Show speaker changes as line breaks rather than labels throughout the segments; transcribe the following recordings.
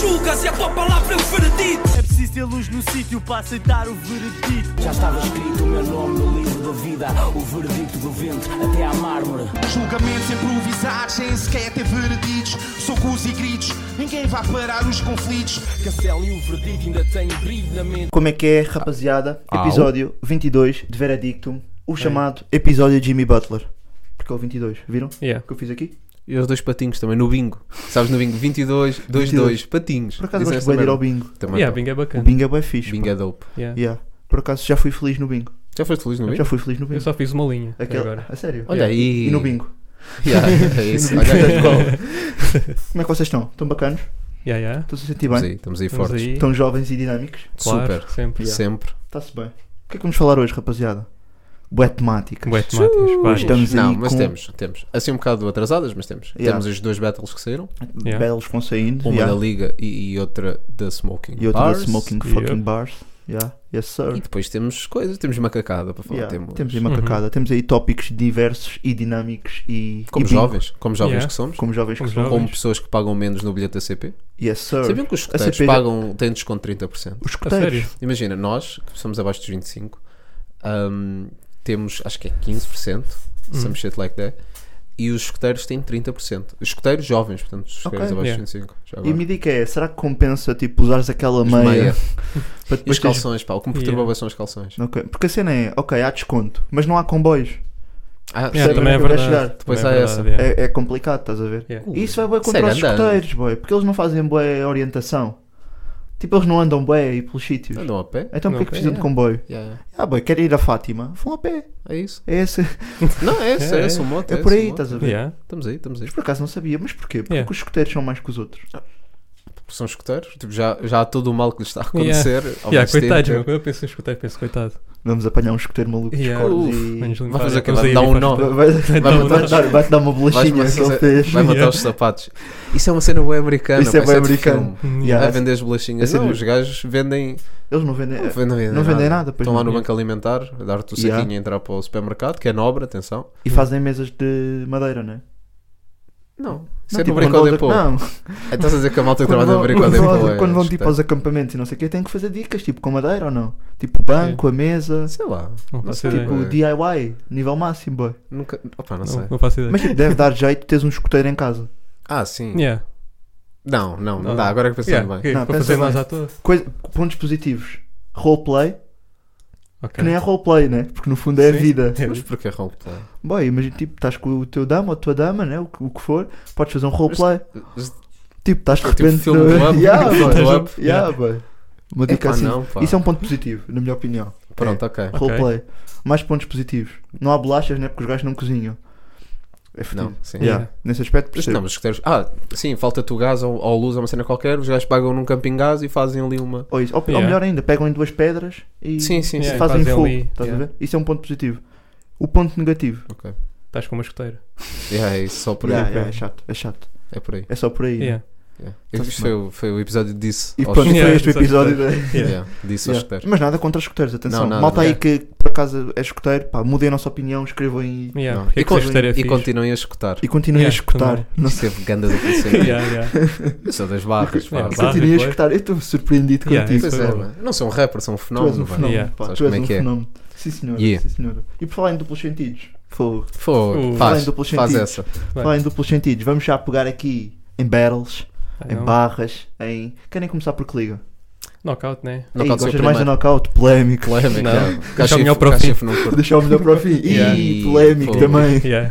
julgas e a tua palavra é o veredito.
É preciso ter luz no sítio para aceitar o veredito.
Já estava escrito o meu nome no livro da vida, o veredito do vento até à mármore.
Julgamentos improvisados, sem sequer ter vereditos. Socos e gritos, ninguém vai parar os conflitos.
Castelo e o veredito ainda têm brilho na mente.
Como é que é, rapaziada?
Ah,
Episódio 22 de Veredictum, o
É.
chamado episódio de Jimmy Butler. Porque é o 22, viram?
Yeah.
O que eu fiz aqui?
E os dois patinhos também, no bingo. Sabes, no bingo, 22, 2, 2, patinhos.
Por acaso
Dizem
gosto
é essa
bué de ir
merda.
ao bingo.
Também
Yeah,
pá.
bingo é
O
bacana.
bingo é bem fixe.
bingo
pá.
é dope.
Yeah.
Yeah. Por acaso já fui feliz no bingo.
Já foste feliz no
Já
bingo?
fui feliz no bingo.
Eu só fiz uma linha até
Aquele-
agora.
A sério?
Olha aí.
E no bingo.
Yeah, é isso. Olha aí.
Como é que vocês estão? Estão bacanos?
Yeah, yeah.
Estão-se a sentir
Estamos
bem?
aí, estamos aí
Estamos
fortes.
aí.
Estão jovens e dinâmicos?
Claro,
Super.
sempre.
Sempre.
Está-se bem. O que é que vamos falar hoje, rapaziada? Bué temáticas.
Bué temáticas, várias.
Estamos aí
Não, mas
com
temos, temos. Assim um bocado atrasadas, mas temos.
Yeah.
Temos os dois battles que saíram.
Yeah.
battles que vão saindo.
Uma
yeah.
da Liga e, e outra da Smoking
E outra da
Bars.
Smoking
yeah.
Fucking Bars. Yeah. Yes, sir.
E depois temos coisas, temos macacada para falar.
Yeah,
Temos,
Temos aí uma
Uhum.
cacada. Temos aí tópicos diversos e dinâmicos e.
como
e bingo.
jovens, como jovens
Yeah.
que somos,
Como jovens que
Como
são.
jovens.
como pessoas que pagam menos no bilhete da CP.
Yes, sir.
Sabiam que os
A
escuteiros
CP já-
pagam, têm desconto de 30%?
Os
A sério?
coteiros.
Imagina, nós, que somos abaixo dos 25, hum, temos, acho que é 15%,
Uhum.
some shit like that, e os escuteiros têm 30%. Os escuteiros jovens, portanto, os escuteiros
Ok.
abaixo
Yeah.
dos 25. Já
E
agora.
me diga é, será que compensa tipo usares aquela
Os
meia,
meia. E
para
os
depois teres-
calções, pá, o que me perturba
Yeah.
bué são os calções.
Ok, Porque a cena é, ok, há desconto, mas não há comboios.
Ah,
Yeah,
Percebem
sim.
também é
onde é que eu quero
verdade.
chegar?
Depois
Também
há
é
essa.
verdade, yeah.
É, é complicado, estás a ver?
Yeah.
E isso vai bué contra
Segue
os
andando.
escuteiros, boy, porque eles não fazem bué orientação. Tipo, eles não andam bué aí pelos sítios.
Andam a pé?
Então
Não,
porquê que
ok,
precisam de
yeah.
comboio?
Yeah.
Ah, boy, quero ir a Fátima. Vão a pé.
É isso.
É, esse,
Não, é esse,
É,
é,
é.
esse o moto.
é
esse
por
o
aí,
mote.
estás a ver?
Yeah.
Estamos aí, estamos aí.
Mas por acaso não sabia, mas porquê? Porque
Yeah.
os escuteiros são mais que os outros.
Porque são escuteiros. Tipo, já, já há todo o mal que lhes está a acontecer. ao
Yeah,
mesmo tempo.
coitados, meu. Quando eu penso em escuteiro, penso coitado.
Vamos apanhar um escuteiro maluco dos
Yeah.
cornos
Vamos
e...
limpar,
fazer
vamos
aquela-
aí
dá um
limpar-
nó.
Vai- vai- vai-
Vai
Vai-te
matar-
dar, vai dar uma
Vai,
bolachinha que ele fez.
vai matar os sapatos. Isso é uma cena bem americana.
Isso é
pá,
bem
de
americano.
filme.
Yeah.
A vender as bolachinhas.
É sério.
Não, os gajos vendem.
Eles não vendem.
Não vendem,
não vendem nada, pois
Estão lá
não.
no banco alimentar, a dar-te o
Yeah.
saquinho e entrar para o supermercado, que é nobre, atenção.
E fazem mesas de madeira, né?
Não.
Não,
Isso é
tipo,
do
quando vão-
Bricode Depot.
Não,
É, Estás a dizer que a malta que
quando
trabalha no
vão,
Bricode
quando vão-
Depot. é
quando vão tipo
escuteiro.
aos acampamentos e não sei o que, têm que fazer dicas, tipo com madeira ou não? Tipo banco, a mesa,
Sei lá.
Não
Não
faço
sei,
ideia.
tipo
É.
DIY, nível máximo, boy.
Nunca. Opa, não sei.
Não, não faço ideia.
Mas tipo, deve dar jeito teres um escuteiro em casa.
Ah, sim.
Yeah.
Não, não, não
Não.
dá. Agora que pensando
Yeah, ok,
bem.
Não,
para
pensa
fazer
bem.
nós à toa.
Coisa, pontos positivos. Roleplay, que
Ok.
nem é roleplay, né? Porque no fundo é a
Sim.
vida.
Mas porquê roleplay?
Boy, imagina, tipo, estás com o teu dama ou a tua dama, né? O, que- o que for, podes fazer um roleplay. Tipo, estás de
Tipo
repente.
filme do Up,
yeah,
filme
boy.
do Up.
Yeah, boy. Uma dica
Epá,
assim.
não, pá.
Isso é um ponto positivo, na minha opinião.
Pronto, ok.
Ok.
Roleplay. Mais pontos positivos. Não há bolachas, né? Porque os gajos não cozinham. É fedido.
Não, sim.
Yeah.
Yeah.
Nesse aspecto,
Mas não,
percebo.
mas os escuteiros. Ah, sim, falta-te o gás ou, ou luz ou uma cena qualquer, os gajos pagam num camping gás e fazem ali uma.
Ou, isso. Ou, ou
Yeah.
melhor ainda, pegam em duas pedras e,
Sim, sim,
e
Yeah,
sim.
fazem,
fazem
fogo.
ali.
Estás
Yeah.
a ver? Isso é um ponto positivo. O ponto negativo.
Ok.
Estás com uma escuteira.
Yeah, é isso, só por aí.
Yeah, yeah, é chato, é chato.
É por aí.
É só por aí. né?
Yeah.
Yeah. Isto foi, o- foi o episódio disso.
E
aos
pronto,
Yeah,
foi este o
exato.
episódio. da-
escuteiros. Yeah, Disse aos
Yeah.
escuteiros.
Mas nada contra os escuteiros, atenção.
Não, nada,
Malta aí
yeah.
que por acaso é escuteiro, pá, mudem a nossa opinião, escrevam aí
Yeah,
Não.
porque
E
é que ser
con-
escuteiro é
E
fixe.
continuem a escutar.
e continuem
Yeah,
a escutar.
também.
Não
Isso teve ganda do conceito.
Yeah, yeah.
Eu sou das barras. pá.
Yeah,
Barras.
barras.
Continuem a
depois.
escutar. Eu estou surpreendido
Yeah,
contigo.
isso Foi
Pois é,
bom.
mano. Não sou um rapper, sou um
Tu és
fenómeno.
um
mano.
fenómeno,
Yeah.
pá,
Sabes
tu és
como é
um
que é?
fenómeno. Sim senhora,
Yeah.
sim senhora. E por falar em duplos sentidos, fogo.
Fogo.
Uh.
Fala em
Faz,
duplos
faz
sentidos.
essa.
Por
Vai.
falar em duplos sentidos, vamos já pegar aqui em battles,
Ah,
em
não.
barras, em... Querem começar por que liga?
Knockout, né?
Ei,
Knockout
gostas
foi
mais da
primeiro.
knockout? Polémico.
Polémica.
Não.
Cachifo-
Deixa o melhor para o fim.
cachifo não curto.
Deixar o melhor para o fim.
Yeah.
Ih, polémico
Fogo.
também.
Yeah.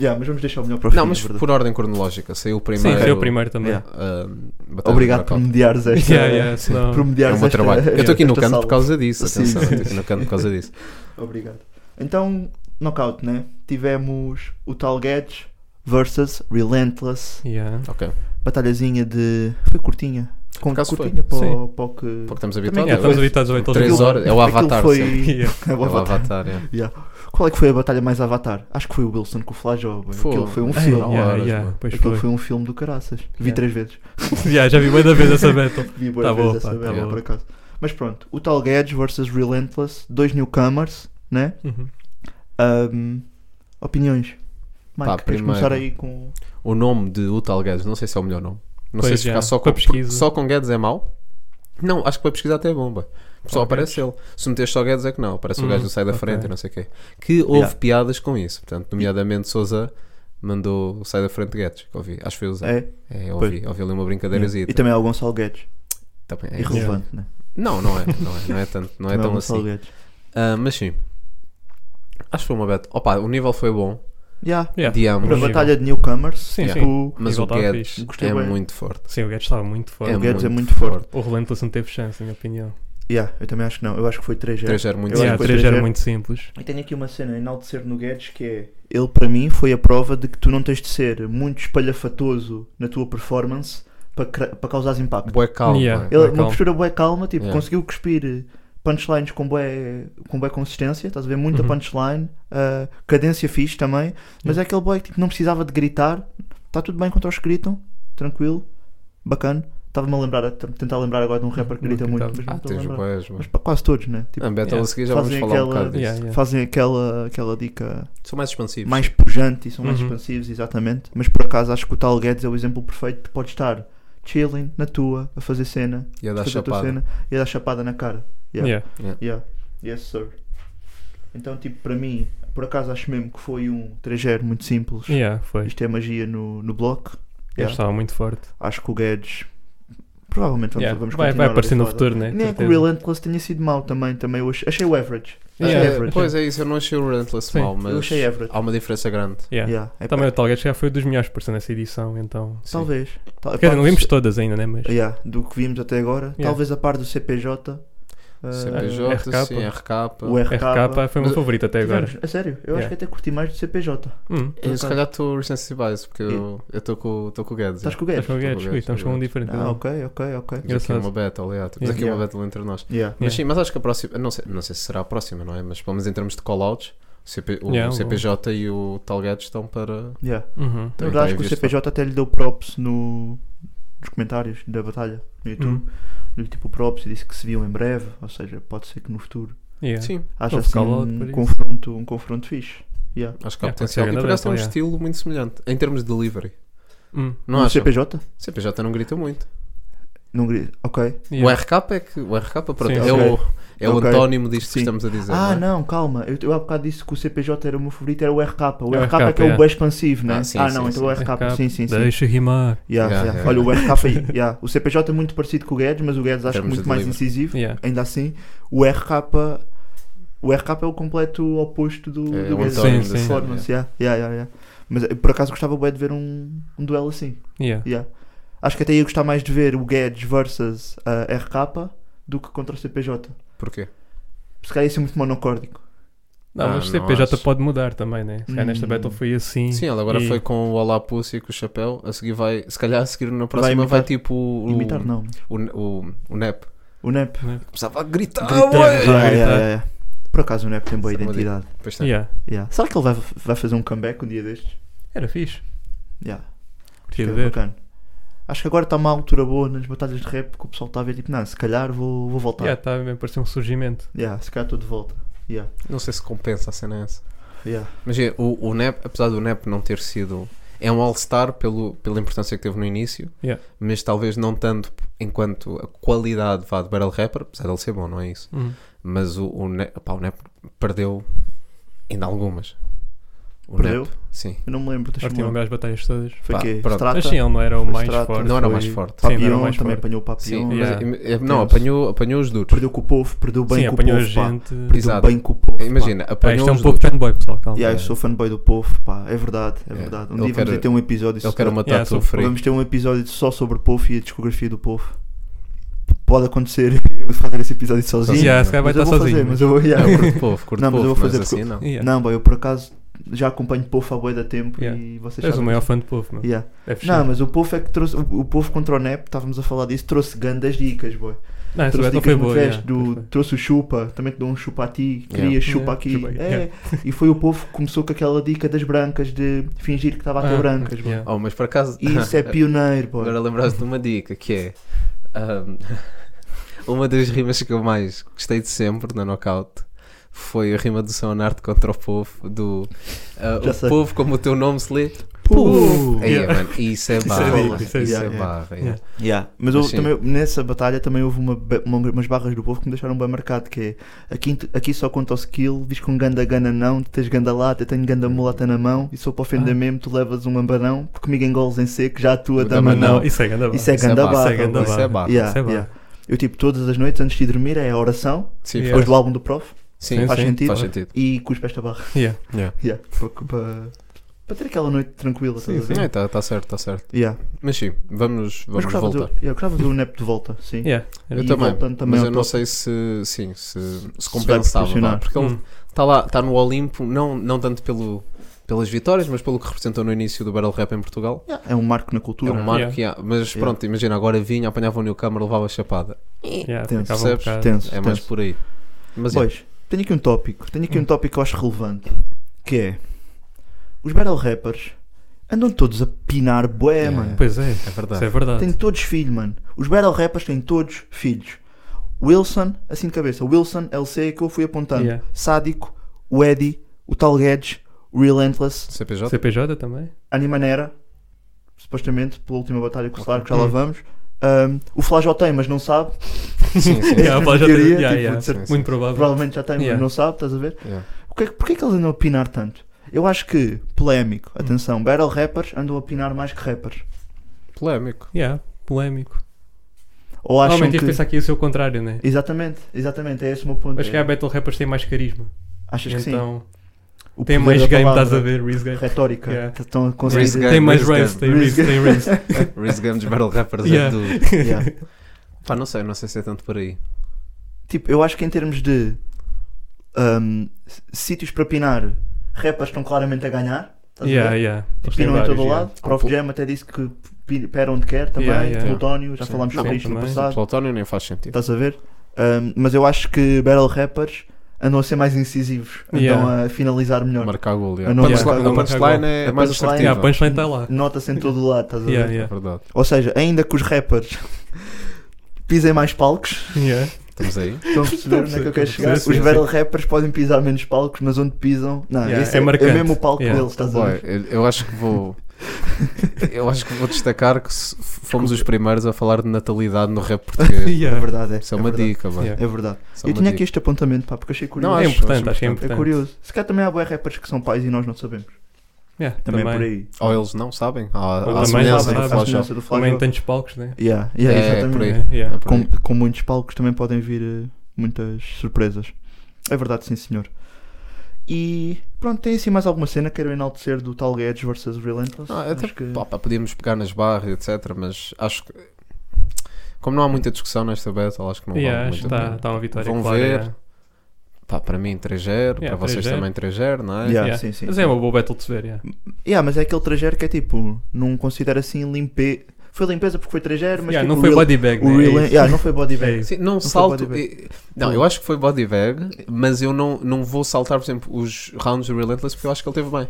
Yeah, mas vamos deixar o melhor para o fim.
Não,
é
mas
verdade.
por ordem cronológica. Saiu o primeiro.
Sim, foi o primeiro também.
Yeah.
ahm, Batalha
Obrigado
do
por
Knockout.
mediares esta...
Yeah, yeah, senão-
Por
É o
mediares
meu
esta-
um trabalho. Eu estou aqui no
esta
canto
sala.
por causa disso.
Sim,
Atenção,
sim,
eu estou aqui no canto por causa disso.
Obrigado. Então, knockout, né? Tivemos o tal Guedes versus Relentless.
Yeah.
Ok.
Batalhazinha de. Foi curtinha. Com,
acaso foi.
curtinha para o,
Sim.
para o que.
Porque estamos
Também
habituados.
Yeah,
Talvez.
estamos habituados a oito
Três
horas.
horas. é o
aquilo
Avatar,
Foi...
sim.
Yeah.
É o
É o
Avatar.
Avatar, é.
Qual é que foi a batalha mais Avatar? Acho que foi o Wilson com o Flajó. bem. Aquilo foi um
Ei,
filme.
Não,
Yeah,
horas,
yeah,
mano.
Pois
Aquilo
foi.
foi um filme do caraças. Vi
Yeah.
três vezes.
Yeah, já vi bué da vez essa battle.
Vi boas
Tá
vezes
bom,
essa
pá, tá
merda,
bom.
por acaso. Mas pronto, o tal Guedes versus Relentless, dois newcomers, né?
Uhum.
Ahm, opiniões. Mike,
Pá,
queres
primeiro-
começar aí com.
O nome de Utal Guedes, não sei se é o melhor nome. Não
Pois,
sei se
já,
ficar só
para
com,
pesquisa.
só com Guedes é mau. Não, acho que para pesquisar até é bom, bué. Só
Só
aparece ele. Se meter só Guedes é que não. Aparece o
Hum,
gajo do sai da
ok.
frente e não sei o quê. Que houve
Yeah.
piadas com isso. Portanto, nomeadamente Souza mandou o sai da frente Guedes, que ouvi. Acho que foi o Zé.
É.
É, ouvi, ouvi ali uma brincadeirazinha.
E também há o Gonçalo Guedes.
Também é isso.
Irrelevante, né?
Não, não é, não é, não é tanto, não é
Também há o
tão
Gonçalo
assim.
Guedes.
Ah, mas sim. Acho que foi uma beta. Opa, o nível foi bom
Yeah.
Yeah.
de ambos.
Para a
nível.
batalha de Newcomers,
Sim,
tipo,
sim.
Mas o
Nível tá
Guedes
fixe.
Gostei
é
bem.
muito forte.
Sim, o Guedes estava muito forte.
É. Guedes muito forte.
O Relentless não teve chance, na minha opinião.
yeah, eu também acho que não. Eu acho que foi 3-0.
3-0 é muito
Eu acho
Yeah,
que foi
3 era
3-0.
muito simples.
E tenho aqui uma cena a enaltecer no Guedes que é ele para mim foi a prova de que tu não tens de ser muito espalhafatoso na tua performance para, cra- para causar impacto.
Bué calmo. é?
Yeah.
bué.
Ele,
Bué
uma
calmo.
postura bué calma, tipo,
Yeah.
conseguiu cuspir punchlines com bué, com bué consistência, estás a ver? Muita
Uhum.
punchline, ah, cadência fixe também, mas é aquele boy que tipo, não precisava de gritar, está tudo bem contra os que gritam, tranquilo, bacana. Estava-me a lembrar, a t- tentar lembrar agora de um rapper que
Não
grita muito,
gritava.
mas não
Ah,
estou a
tens
lembrar.
boés, bué.
Mas pá, quase todos, né? Tipo,
Ah, Beto,
Yeah.
a seguir já vamos
Fazem
falar um
aquela-
bocado disso.
Yeah, yeah.
Fazem aquela, aquela dica
São mais expansivos.
mais pujante e são mais
Uhum.
expansivos, exatamente. Mas por acaso acho que o tal Guedes é o exemplo perfeito de podes estar chilling na tua, a fazer cena,
E a
a
dar
fazer a tua
chapada.
cena e a dar chapada na cara. Yeah.
Yeah.
Yeah. Yes, sir. Então, tipo, para mim, por acaso acho mesmo que foi um 3 muito simples.
Yeah, foi.
Isto é magia no, no bloco.
Ele
Yeah.
estava muito forte.
Acho que o Guedes. Provavelmente vamos,
Yeah.
vamos
Vai, vai
continuar a
aparecer no
falar
futuro, né?
dele. Nem é que o
Certeza.
Relentless tenha sido mau também. também eu achei, achei o average. Achei
Yeah.
average.
Pois é isso, eu não achei o Relentless
Sim.
mal, mas
Eu achei average.
há uma diferença grande.
Ah, Yeah.
Yeah. É
Também o
pá,
Talguetes já foi um dos melhores parece nessa edição, então. sim.
Talvez. Tal-
Quer dizer, não
pá,
vimos todas ainda, né? Mas.
Yeah, do que vimos até agora,
Yeah.
talvez a par do CPJ, ah,
CPJ,
RK.
sim, é RK.
o RK.
RK foi o meu
Mas-
favorito até agora.
Tivemos- a é sério, eu acho
Yeah.
que até curti mais do CPJ.
Hum.
Eu, se calhar estou recency bias, porque eu estou com, tô com o Guedes.
Estás
é.
com o
Estás
Guedes?
com o Guedes?
Guedes,
Ui, Estamos
com
com um
Guedes.
diferente.
Ah, ok, ok, ok.
Temos aqui
Engraçado.
uma battle, aliás. Temos
Yeah.
aqui uma
Yeah.
battle entre nós.
Yeah.
Mas
Yeah.
sim, mas acho que a próxima, não sei, não sei se será a próxima, não é? Mas pelo menos em termos de call-outs, o, CP, o
Yeah, o-
CPJ e o Tal Guedes estão para.
Yeah.
Uhum.
Na
Então,
verdade, acho
então,
que o
visto-
CPJ até lhe deu props no, nos comentários da batalha no
Uhum.
YouTube. Deu-lhe tipo props e disse que se viam em breve. Ou seja, pode ser que no futuro
Yeah.
Sim,
haja
Houve
assim
call-out por
um
isso.
confronto, um confronto fixe. Yeah.
acho que há potencial.
Yeah, pode ser
E
grande
por acaso tem um
battle,
estilo muito semelhante, em termos de delivery.
Hum.
Não
o
acho.
CPJ?
CPJ não grita muito.
Não grito. Ok.
Yeah.
O RK é que. O RK, pronto,
Sim,
é,
sim.
o, é o
Ok.
antónimo disto
Sim.
que estamos a dizer.
Ah,
não é?
não, calma. Eu, eu há bocado disse que o CPJ era o meu favorito, era o RK. O
É o
RK, é que é
RK,
o bem expansivo, né?
Ah, sim,
Ah,
sim,
não, então o
sim.
RK, sim, sim, sim.
Deixa rimar.
Yeah,
Yeah,
yeah.
yeah. Olha, o RK, aí, yeah. o CPJ é muito parecido com o Guedes, mas o Guedes acho que
Termos
muito
de
mais
delivery.
incisivo.
Yeah.
Ainda assim, o RK, o RK é o completo oposto do,
É
do
o É.
Guedes.
António
antónimo
Sim,
da
sim.
cena,
Performance, yeah. Yeah, yeah, yeah. Mas eh, por acaso gostava bué de ver um, um duelo assim.
Yeah.
Yeah. Acho que até ia gostar mais de ver o Guedes versus a RK do que contra o CPJ.
é. Porquê?
Se calhar ia ser muito monocórdico.
Não,
Ah,
mas o
não
CPJ
acho.
pode mudar também, né? Se calhar nesta
Hum.
battle foi assim.
Sim, ela agora
e-
foi com o Olá Pussy e com o chapéu. A seguir vai. Se calhar a seguir na próxima
imitar-
vai, tipo o.
Imitar não. é? mas
O, o, o NEP.
O NEP.
Começava a gritar,
Gritando.
ué!
Yeah,
Ah,
yeah,
yeah, yeah. Por acaso o Nep tem boa
Essa é uma
identidade.
Pois tem.
Yeah.
Yeah. Será que ele vai, vai fazer um comeback um dia destes?
Era fixe.
Yeah. Acho que
Queria
era
ver.
é bacana. Acho que agora está uma altura boa nas batalhas de rap que o pessoal está a ver tipo, não, se calhar vou, vou voltar.
Yeah, tá, mesmo, parecia um surgimento.
Yeah, se calhar estou de volta. Yeah.
Não sei se compensa a cena essa.
Yeah.
Mas é, o, o NEP, apesar do NEP não ter sido. É um All-Star pelo- pela importância que teve no início,
Yeah.
mas talvez não tanto enquanto a qualidade vá, de Battle Rapper, apesar dele ser bom, não é isso?
Hum.
Mas o, o, NEP, pá, o NEP perdeu ainda algumas. O
Perdeu?
NEP, sim.
Eu não me lembro,
Agora
deixa-me
tinha
lembrar.
melhores batalhas todas.
Foi
Pá,
que
pronto.
Strata,
Mas sim, ele não era o
Foi
mais
Strata.
forte.
Não era o
foi-
mais forte.
Sim, não era o
Papião
mais
também
forte.
apanhou o
Sim,
Papião.
mas,
Yeah.
im- é- não,
Temos.
apanhou, apanhou os duros.
Perdeu com o povo, perdeu bem
Sim,
com o
apanhou a
povo. pá.
gente.
Perdeu
Exato.
bem com o povo. pá.
Imagina,
Ah, isto
apanhou
é um
os
pouco
duros.
fanboy, pessoal, calma.
Yeah, eu sou fanboy do povo, pá. É verdade, é
Yeah.
verdade. Um
Ele
dia vamos
quer-
ter um episódio
Ele quer
sobre-
uma
Yeah,
tatu
sou-
fria.
Vamos ter um episódio só sobre o Povo e a discografia do Povo. P- Pode acontecer eu fazer esse episódio sozinho.
Yeah, esse cara vai
mas eu
estar
vou
sozinho.
fazer, mas eu vou.
É,
yeah.
eu curto povo, curto
Não, mas eu
povo,
vou
mas,
fazer
assim
porque-
não.
Yeah.
Não, boy, eu por acaso já acompanho o Povo há boi da tempo
Yeah.
e vocês
És o
sabem.
maior fã de povo, meu.
Yeah.
Deve ser.
Não, mas o Povo é que trouxe. O, o Povo contra o NEP, estávamos a falar disso, trouxe grandes dicas, boy.
Não, essa
trouxe
battle
dicas
foi
muito
boa.
vestes
yeah,
do-
pois foi.
Trouxe o Chupa, também que deu um chupa a ti,
Yeah.
queria chupa
Yeah,
aqui.
chupa aqui,
É,
yeah.
E foi o Povo que começou com aquela dica das brancas de fingir que estava a ter
Ah,
brancas, boy.
yeah.
Oh, mas por acaso.
Isso é pioneiro, boy.
Agora lembraste de uma dica que é. ahm, uma das rimas que eu mais gostei de sempre na Knockout foi a rima do Sonarte contra o povo. Do, ah,
Já
o
sei.
povo, como o teu nome se lê,
Puf.
Aí, é, mano, isso é barra.
ridículo,
Isso
isso
é,
é
ridículo.
barra.
Yeah.
yeah.
Yeah.
Mas
Mas houve
sim.
também, nessa batalha também houve uma, ba- uma- umas barras do povo que me deixaram bem marcado, que é aqui, aqui só conta o skill, vis com ganda gana não, tu tens ganda lata, eu tenho ganda mulata na mão, e sou para ofender
Ah.
mesmo, tu levas um ambarão, porque comigo engoles em seco, já a tua
O dama
dama
Mas
não.
não, isso é ganda
Isso é
Isso é
ganda
barra,
barra.
isso é ganda
Isso é barra.
Yeah,
Isso é barra.
yeah. Eu tipo, todas as noites antes de ir dormir é a oração,
Sim,
Yeah.
depois do álbum do prof,
Sim,
faz
sim,
sentido,
faz sentido.
e cuspe esta barra,
Yeah.
yeah, para, para, para ter aquela noite tranquila,
Sim,
estás a ver?
Está tá, certo, está certo.
Yeah.
Mas sim, vamos,
Mas
vamos
gostava
voltar.
do, eu gostava do NEP de volta, sim.
Yeah.
Eu
E
também,
voltando também
mas
ao
eu não
tópico.
sei se, sim, se, se
vai
compensava, vá,
proporcionar.
porque ele
Hum.
está lá, está no Olimpo, não, não tanto pelo, pelas vitórias, mas pelo que representou no início do Battle Rap em Portugal.
Yeah, É um marco na cultura.
É um marco,
Yeah.
yeah, mas
Yeah.
pronto, imagina, agora vinha, apanhava o Newcomer, levava a chapada.
Yeah,
Tenso,
ficava um
percebes?
bocado-
Tenso,
É mais Hum.
tenso.
por aí. Mas é,
Pois, tenho aqui um tópico. Tenho aqui um tópico que eu acho relevante. Que é. Os battle rappers andam todos a pinar bué,
Yeah.
mano.
Pois é,
é
isso
verdade.
é verdade.
Têm todos filho, mano. Os battle rappers têm todos filhos. Wilson, assim de cabeça. Wilson, LC, que eu fui apontando.
Yeah.
Sádico, o Eddie, o Tal Guedes, o Relentless,
CPJ?
CPJ também?
Animanera, supostamente, pela última batalha com o Solar, que já lá vamos. Ahm, o Flá já tem, mas não sabe.
Sim, sim.
Yeah,
Esta
pá, já
teoria,
tem- yeah,
tipo,
yeah.
de ser-
Muito provável.
Provavelmente já tem, mas
Yeah.
não sabe, estás a ver?
Yeah.
O que é que- Porquê é que eles andam a pinar tanto? Eu acho que, polémico,
Hum.
atenção, battle rappers andam a pinar mais que rappers.
Polémico.
Yeah, polémico.
Ou acham
Normalmente
que...
ias pensar que ia ser o contrário, né?
Exatamente, exatamente, é esse o meu ponto.
Acho que
É-
há battle rappers que têm mais carisma.
Achas que sim?
Então,
O
tem
poder
mais
da
game,
palavra,
estás a ver, Riz Game.
Retórica.
Yeah.
Estão a
Riz
conseguir...
game.
Tem mais
Riz game.
raves, tem
Riz
raves, tem raves.
Riz Game dos Battle Rappers é
Yeah.
do...
Yeah.
Pá, não sei, não sei se é tanto por aí.
Tipo, eu acho que em termos de ahm, s- sítios para pinar, rappers estão claramente a ganhar. estás a
Yeah,
ver?
yeah. Eles têm
Pinam em
vários,
todo o
yeah.
lado. Prof Jam até disse que pi- pera onde quer também.
Yeah, yeah.
Plutónio, já
Sim.
falámos sobre
Não,
isto no
também.
passado.
Plutónio nem faz sentido.
Estás a ver? Ahm, mas eu acho que battle rappers andam a ser mais incisivos, andam
Yeah.
a finalizar melhor.
Marcar gol,
Eu
yeah.
não
Punchline-
marcar gol.
a punchline é
A
mais
punchline-
assertiva.
Yeah, a punchline está lá.
Nota-se em todo o lado, estás a ver?
Yeah,
É
yeah.
verdade.
Ou seja, ainda que os rappers pisem mais palcos,
Yeah.
Estamos aí.
estão a perceber onde é que eu quero chegar?
Sim, sim,
os
sim.
battle rappers podem pisar menos palcos, mas onde pisam, não,
Yeah,
esse
é
é, é,
marcante.
mesmo o palco
Yeah.
deles, estás a
Boy,
ver?
eu- eu acho que vou. eu acho que vou destacar que se- fomos os primeiros a falar de natalidade no rap português.
É
Yeah.
verdade, é.
Isso é
é
uma
verdade.
dica, mano.
Yeah.
É verdade.
Isso é
Eu
uma
tinha aqui
dica.
este apontamento, pá, porque achei curioso.
Não,
É
acho-
importante,
acho
acho que é
é
importante.
curioso. Se calhar também há boé rappers que são pais e nós não sabemos.
Yeah,
Também, é
também
por aí.
Ou eles não sabem.
Ou
Tá, Há, há
também
semelhança
sabem,
do
há
Flash.
semelhança do Flash
Também
Mob.
tantos palcos, né?
Yeah, yeah,
É, é
exatamente.
por aí.
Yeah, yeah.
É por
com,
aí.
com muitos palcos também podem vir eh, muitas surpresas. É verdade, sim senhor. E pronto, tem assim mais alguma cena que queiram enaltecer do tal Guedes versus Relentless?
Não, Ah, até,
Acho que-
pá, pá, podíamos pegar nas barras, etc. Mas acho que. Como não há muita discussão nesta battle, acho que não
Yeah,
vale
acho
muito
que
a
está
pena.
tá uma vitória
Vão
clara.
ver.
yeah.
Pá, para mim 3-0, para
Yeah,
vocês
3-0.
também 3-0, não é?
Yeah,
Yeah.
Sim, sim.
Mas é uma boa battle de se ver, yeah.
Yeah, mas é aquele 3 que é tipo, não considera assim limpe... Foi limpeza porque foi 3 mas
Yeah,
tipo,
não foi
o real...
body bag,
o
né?
real-
É isso.
yeah, não foi body bag.
É isso.
Sim, não,
foi
salto.
body
eh, Não, eu acho que foi body bag, mas eu não, não vou saltar, por exemplo, os rounds do Relentless porque eu acho que ele teve bem.